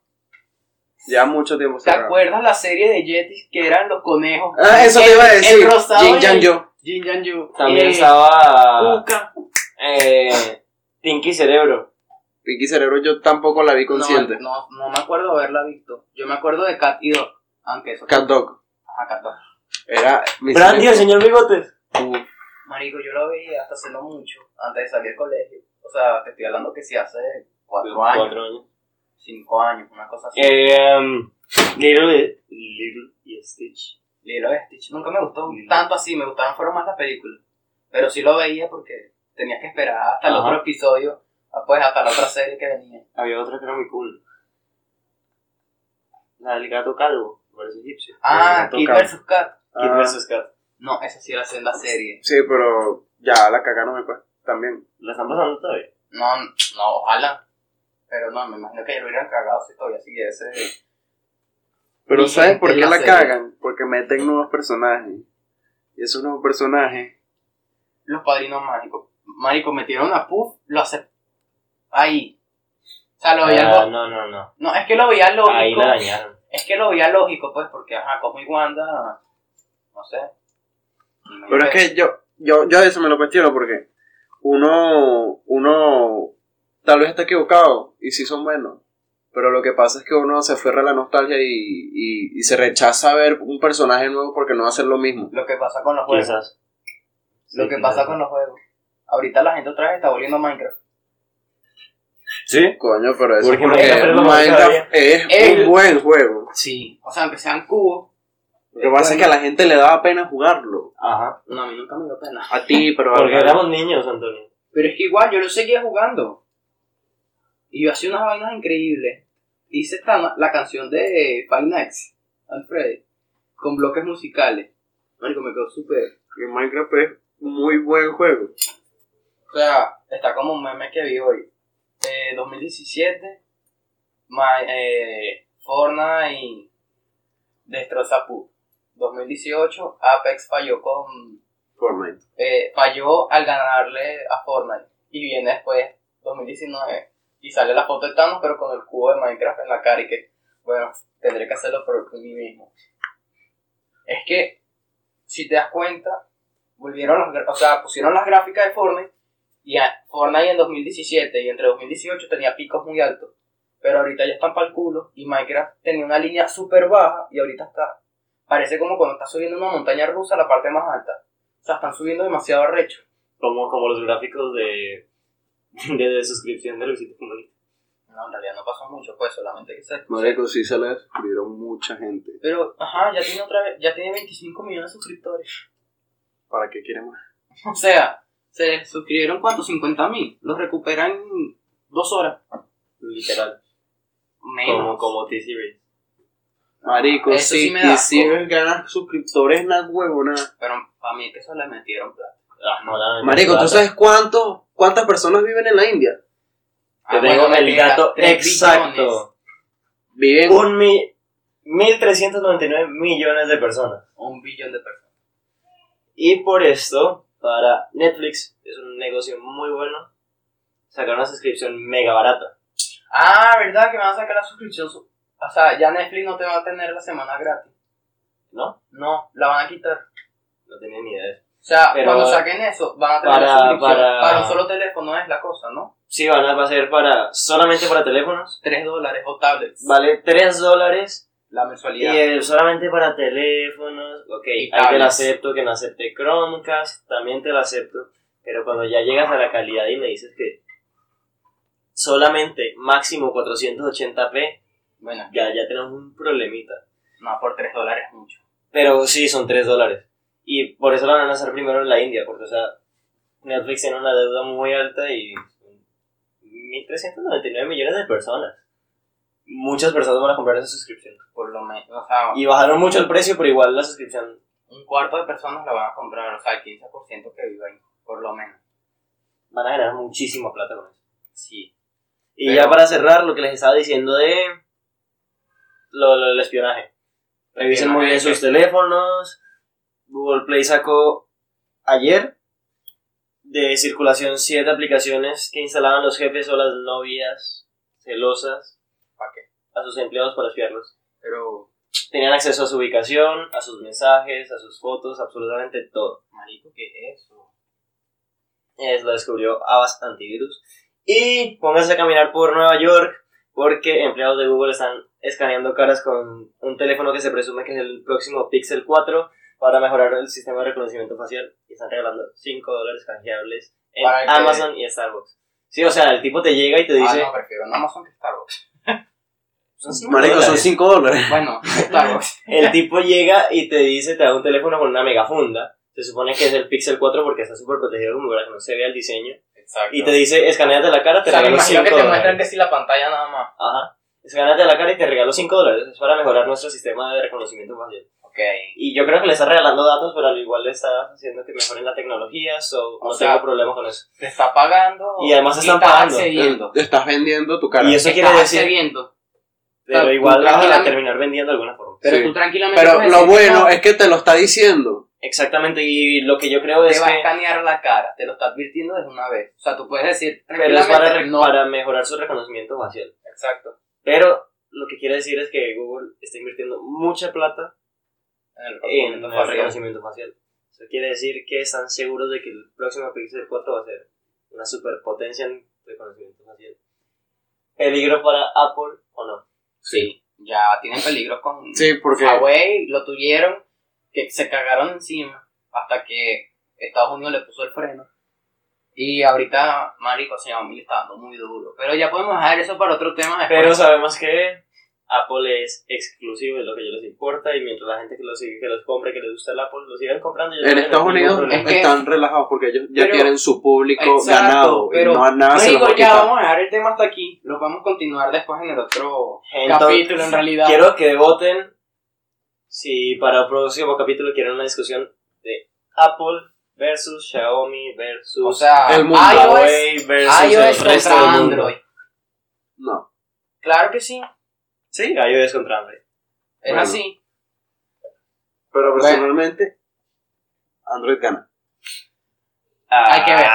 Speaker 1: Ya mucho tiempo
Speaker 2: ¿Te
Speaker 1: cerrado.
Speaker 2: acuerdas la serie de Jetix que eran los conejos?
Speaker 1: Ah, eso te iba a decir.
Speaker 2: El rosado.
Speaker 1: Jin
Speaker 2: y-
Speaker 1: Yang Yo.
Speaker 2: Jin Yang Yu.
Speaker 3: También
Speaker 2: Eh,
Speaker 3: estaba.
Speaker 2: Cuca.
Speaker 3: Eh, Tinky Cerebro.
Speaker 1: Pinky Cerebro yo tampoco la vi consciente.
Speaker 2: No, no, no me acuerdo haberla visto. Yo me acuerdo de Cat y Dog. Aunque eso.
Speaker 1: Cat Dog.
Speaker 2: Ajá, Cat Dog.
Speaker 1: Era mi
Speaker 3: Brandy, el
Speaker 1: serie-
Speaker 3: señor Bigotes.
Speaker 1: Uh,
Speaker 2: Marico, yo lo veía hasta hacerlo mucho antes de salir del colegio. O sea, te estoy hablando que si hace 4 años,
Speaker 3: Pues, Cuatro años.
Speaker 2: 5 años, una cosa así.
Speaker 3: Eh, um, Little, Little y Stitch.
Speaker 2: Lilo y Stitch nunca me gustó
Speaker 3: Mm.
Speaker 2: tanto así, me gustaban fueron más las películas. Pero sí lo veía porque tenía que esperar hasta el
Speaker 3: Ajá.
Speaker 2: otro episodio, ah, pues hasta la otra serie que venía.
Speaker 3: Había otra que era muy cool. La del gato calvo. Versus egipcio.
Speaker 2: Ah,
Speaker 1: gato
Speaker 2: Kid
Speaker 1: Kat.
Speaker 2: vs. Kat.
Speaker 3: Kid
Speaker 1: ah,
Speaker 3: versus Cat.
Speaker 2: No, esa sí era senda serie.
Speaker 1: sí, pero ya la cagaron después también.
Speaker 3: La están pasando todavía.
Speaker 2: No, no, ojalá. Pero no, me imagino que ya lo hubieran cagado si todavía sigue ese.
Speaker 1: Pero
Speaker 2: Ni
Speaker 1: ¿sabes
Speaker 2: gente
Speaker 1: por qué
Speaker 2: la
Speaker 1: la
Speaker 2: serie.
Speaker 1: cagan? Porque meten nuevos personajes. Y esos nuevos personajes.
Speaker 2: Los padrinos mágicos. Marico, metieron a Puff, lo hace. Ahí. O sea, lo veía
Speaker 3: Ah,
Speaker 2: lo-
Speaker 3: no, Ah, no, no.
Speaker 2: No, es que lo veía lógico.
Speaker 3: Ahí la dañaron.
Speaker 2: Es que lo veía lógico, pues, porque, ajá, como y Wanda, no sé.
Speaker 1: Pero es que yo, yo, yo a veces me lo cuestiono porque uno, uno tal vez está equivocado y sí son buenos. Pero lo que pasa es que uno se aferra a la nostalgia y, y, y se rechaza ver un personaje nuevo porque no va a ser lo mismo.
Speaker 2: Lo que pasa con los juegos.
Speaker 3: Quizás.
Speaker 2: Lo
Speaker 3: Sí,
Speaker 2: que
Speaker 3: quizás.
Speaker 2: pasa con los juegos. Ahorita la gente otra vez está volviendo a Minecraft.
Speaker 3: Sí.
Speaker 1: Coño, pero eso
Speaker 3: Porque
Speaker 1: es porque
Speaker 3: Minecraft es lo más
Speaker 1: Minecraft es
Speaker 2: El-
Speaker 1: un buen juego.
Speaker 2: Sí. O sea, aunque sean cubos.
Speaker 1: Lo que pasa es que a la gente le daba pena jugarlo.
Speaker 3: Ajá.
Speaker 2: No, a mí nunca me dio pena.
Speaker 1: A ti, pero
Speaker 3: Porque
Speaker 1: a-
Speaker 3: éramos niños, Antonio.
Speaker 2: Pero es que igual yo lo seguía jugando. Y yo hacía unas vainas increíbles. Hice esta, la canción de Five Nights at Freddy con bloques musicales. Marico, me quedó súper.
Speaker 1: que Minecraft es muy buen juego.
Speaker 2: O sea, está como un meme que vi hoy. Eh, 2017, my, eh, Fortnite destroza Pu. 2018, Apex falló con
Speaker 1: Fortnite.
Speaker 2: eh, falló al ganarle a Fortnite. Y viene después, 2019, y sale la foto de Thanos, pero con el cubo de Minecraft en la cara. Y que, bueno, tendré que hacerlo por por mí mismo. Es que, si te das cuenta, volvieron las, gra- o sea, pusieron las gráficas de Fortnite. Y a- Fortnite en 2017 y entre 2018 tenía picos muy altos. pero ahorita ya están para el culo y Minecraft tenía una línea súper baja y ahorita está, parece como cuando estás subiendo una montaña rusa a la parte más alta. O sea, están subiendo demasiado arrecho.
Speaker 3: Como, como los gráficos de, de, de suscripción de Luisito Comunica.
Speaker 2: No, en realidad no pasó mucho, pues solamente que se...
Speaker 1: Marico, sí se le suscribieron mucha gente.
Speaker 2: Pero, ajá, ya tiene otra vez, ya tiene 25 millones de suscriptores.
Speaker 1: ¿Para qué quiere más?
Speaker 2: O sea, se suscribieron cuánto, 50 mil. Los recuperan en dos horas.
Speaker 3: Literal.
Speaker 2: Menos.
Speaker 3: Como, como T-Series.
Speaker 1: Marico,
Speaker 2: Ah, Eso sí
Speaker 1: sí,
Speaker 2: me da
Speaker 1: y si ganas suscriptores, la huevona.
Speaker 2: Pero para mí que eso le metieron pues. plata.
Speaker 3: Ah, no, la-
Speaker 1: Marico,
Speaker 3: la-
Speaker 1: ¿tú sabes cuánto, cuántas personas viven en la India?
Speaker 3: Te
Speaker 2: Ah,
Speaker 3: tengo
Speaker 2: bueno,
Speaker 3: el
Speaker 2: mira,
Speaker 3: dato
Speaker 2: tres billones.
Speaker 3: exacto.
Speaker 1: Viven
Speaker 3: Un mi, 1.399 millones de personas.
Speaker 2: Un billón de personas.
Speaker 3: Y por esto, para Netflix, es un negocio muy bueno, sacar una suscripción mega barata.
Speaker 2: Ah, ¿verdad? Que van a sacar la suscripción. su- O sea, ya Netflix no te va a tener la semana gratis.
Speaker 3: ¿No?
Speaker 2: No, la van a quitar.
Speaker 3: No tenía ni idea de eso.
Speaker 2: O sea,
Speaker 3: Pero-
Speaker 2: cuando saquen eso, van a tener
Speaker 3: Para-
Speaker 2: la suscripción.
Speaker 3: para-
Speaker 2: Para... un solo teléfono es la cosa, ¿no?
Speaker 3: Sí, van a, va a ser para, solamente para teléfonos.
Speaker 2: 3 dólares o tablets.
Speaker 3: Vale 3 dólares.
Speaker 2: La
Speaker 3: Y
Speaker 2: mensualidad.
Speaker 3: eh, solamente para teléfonos. Ok,
Speaker 2: Y
Speaker 3: ahí te la
Speaker 2: tablets.
Speaker 3: acepto, que no acepte Chromecast, también te la acepto. Pero cuando ya llegas a la calidad y me dices que solamente máximo 480p,
Speaker 2: Bueno,
Speaker 3: ya, ya tenemos un problemita.
Speaker 2: no, por 3 dólares es mucho.
Speaker 3: Pero sí, son 3 dólares. Y por eso la van a hacer primero en la India, porque, o sea, Netflix tiene una deuda muy alta y son 1.399 millones de personas. Muchas personas van a comprar esa suscripción.
Speaker 2: Por lo menos, o sea,
Speaker 3: Y bajaron mucho el precio, pero igual la suscripción.
Speaker 2: un cuarto de personas la van a comprar. O sea, el 15% que vive ahí, por lo menos.
Speaker 3: Van a ganar muchísima plata con eso.
Speaker 2: Sí.
Speaker 3: Y
Speaker 2: Pero-
Speaker 3: ya para cerrar, lo que les estaba diciendo de. Lo, lo del espionaje. Revisen muy bien sus teléfonos. Google Play sacó ayer de circulación siete aplicaciones que instalaban los jefes o las novias celosas
Speaker 2: ¿Para qué?
Speaker 3: a sus empleados para espiarlos.
Speaker 2: Pero,
Speaker 3: Tenían acceso a su ubicación, a sus mensajes, a sus fotos, absolutamente todo.
Speaker 2: marico, ¿qué es eso?
Speaker 3: Es, lo descubrió Avast Antivirus. Y pónganse a caminar por Nueva York porque empleados de Google están escaneando caras con un teléfono que se presume que es el próximo Pixel 4 para mejorar el sistema de reconocimiento facial y están regalando 5 dólares canjeables en
Speaker 2: Para que-
Speaker 3: Amazon y Starbucks. Sí, o sea, el tipo te llega y te dice...
Speaker 2: Ah, no, prefiero en Amazon que Starbucks.
Speaker 3: "Son cinco
Speaker 1: Marico, son
Speaker 3: dólares".
Speaker 1: 5 dólares.
Speaker 2: Bueno, Starbucks.
Speaker 3: El tipo llega y te dice, te da un teléfono con una megafunda. Se supone que es el Pixel 4 porque está súper protegido como para que no se vea el diseño.
Speaker 2: Exacto.
Speaker 3: Y te dice, escaneate la cara,
Speaker 2: o
Speaker 3: te
Speaker 2: sea, me
Speaker 3: regalo
Speaker 2: imagino
Speaker 3: 5
Speaker 2: que te muestran
Speaker 3: dólares.
Speaker 2: que si la pantalla nada más.
Speaker 3: Ajá. Escaneate la cara y te regalo 5 dólares. Es para mejorar nuestro sistema de reconocimiento facial.
Speaker 2: Ok.
Speaker 3: Y yo creo que le está regalando datos, pero al igual le está haciendo que mejoren la tecnología. So
Speaker 2: O
Speaker 3: no
Speaker 2: sea,
Speaker 3: tengo problema con eso.
Speaker 2: Te está pagando.
Speaker 3: Y además están
Speaker 2: estás
Speaker 3: pagando.
Speaker 2: accediendo.
Speaker 1: Te Eh, estás vendiendo tu cara.
Speaker 3: Y eso
Speaker 2: Estás
Speaker 3: quiere decir.
Speaker 2: accediendo.
Speaker 3: Pero
Speaker 1: tú
Speaker 3: igual la van a
Speaker 2: tranquilamente-
Speaker 3: terminar vendiendo de alguna forma.
Speaker 2: Pero
Speaker 1: Sí.
Speaker 2: tú tranquilamente.
Speaker 1: Pero
Speaker 2: puedes
Speaker 1: lo
Speaker 2: decir,
Speaker 1: bueno
Speaker 2: no,
Speaker 1: es que te lo está diciendo.
Speaker 3: Exactamente. Y lo que yo creo
Speaker 2: Te
Speaker 3: es
Speaker 2: va a
Speaker 3: que.
Speaker 2: escanear la cara. Te lo está advirtiendo desde una vez. O sea, tú puedes decir
Speaker 3: Pero es
Speaker 2: tranquilamente.
Speaker 3: para, re-
Speaker 2: no.
Speaker 3: para mejorar su reconocimiento facial.
Speaker 2: Exacto.
Speaker 3: Pero lo que quiere decir es que Google está invirtiendo mucha plata
Speaker 2: En el
Speaker 3: en
Speaker 2: documento
Speaker 3: el
Speaker 2: facial.
Speaker 3: reconocimiento facial. Eso quiere decir que están seguros de que el próximo Pixel 4 va a ser una superpotencia en reconocimiento facial. ¿Peligro para Apple o no?
Speaker 2: Sí. Ya tienen peligro con.
Speaker 1: Sí, porque
Speaker 2: Ah, Huawei lo tuvieron. Que se cagaron encima. Hasta que Estados Unidos le puso el freno. Y ahorita, marico, Xiaomi le está dando muy duro. Pero ya podemos dejar eso para otro tema después.
Speaker 3: Pero sabemos que Apple es exclusivo, es lo que yo les importa, y mientras la gente que los sigue, que los compre, que les gusta el Apple, lo sigan comprando. yo no
Speaker 1: en
Speaker 3: tengo
Speaker 1: Estados
Speaker 3: ningún
Speaker 1: Unidos
Speaker 3: problema.
Speaker 2: Es que-
Speaker 1: están relajados porque ellos ya
Speaker 2: Pero-
Speaker 1: tienen su público
Speaker 2: Exacto,
Speaker 1: ganado.
Speaker 2: pero-
Speaker 1: y no a nada se los va
Speaker 2: Marico,
Speaker 1: a
Speaker 2: ya
Speaker 1: quitar.
Speaker 2: vamos a dejar el tema hasta aquí. Lo vamos a continuar después en el otro
Speaker 3: Entonces,
Speaker 2: capítulo, en realidad.
Speaker 3: Quiero que voten si para el próximo capítulo quieren una discusión de Apple versus Xiaomi versus
Speaker 2: O sea,
Speaker 1: El mundo.
Speaker 2: iOS,
Speaker 3: Huawei versus
Speaker 2: iOS
Speaker 3: el resto del
Speaker 2: contra
Speaker 3: mundo.
Speaker 2: Android.
Speaker 1: No.
Speaker 2: Claro que sí,
Speaker 3: Sí, iOS contra Android.
Speaker 2: es
Speaker 1: Bueno.
Speaker 2: así.
Speaker 1: Pero
Speaker 2: Bueno.
Speaker 1: personalmente, Android gana.
Speaker 2: Hay que ver,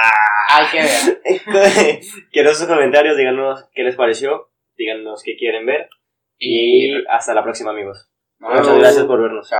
Speaker 2: hay que ver.
Speaker 3: ver. Ah. Quiero sus comentarios, díganos qué les pareció, díganos qué quieren ver. Y hasta la próxima, amigos.
Speaker 1: Bueno.
Speaker 3: Muchas gracias por vernos.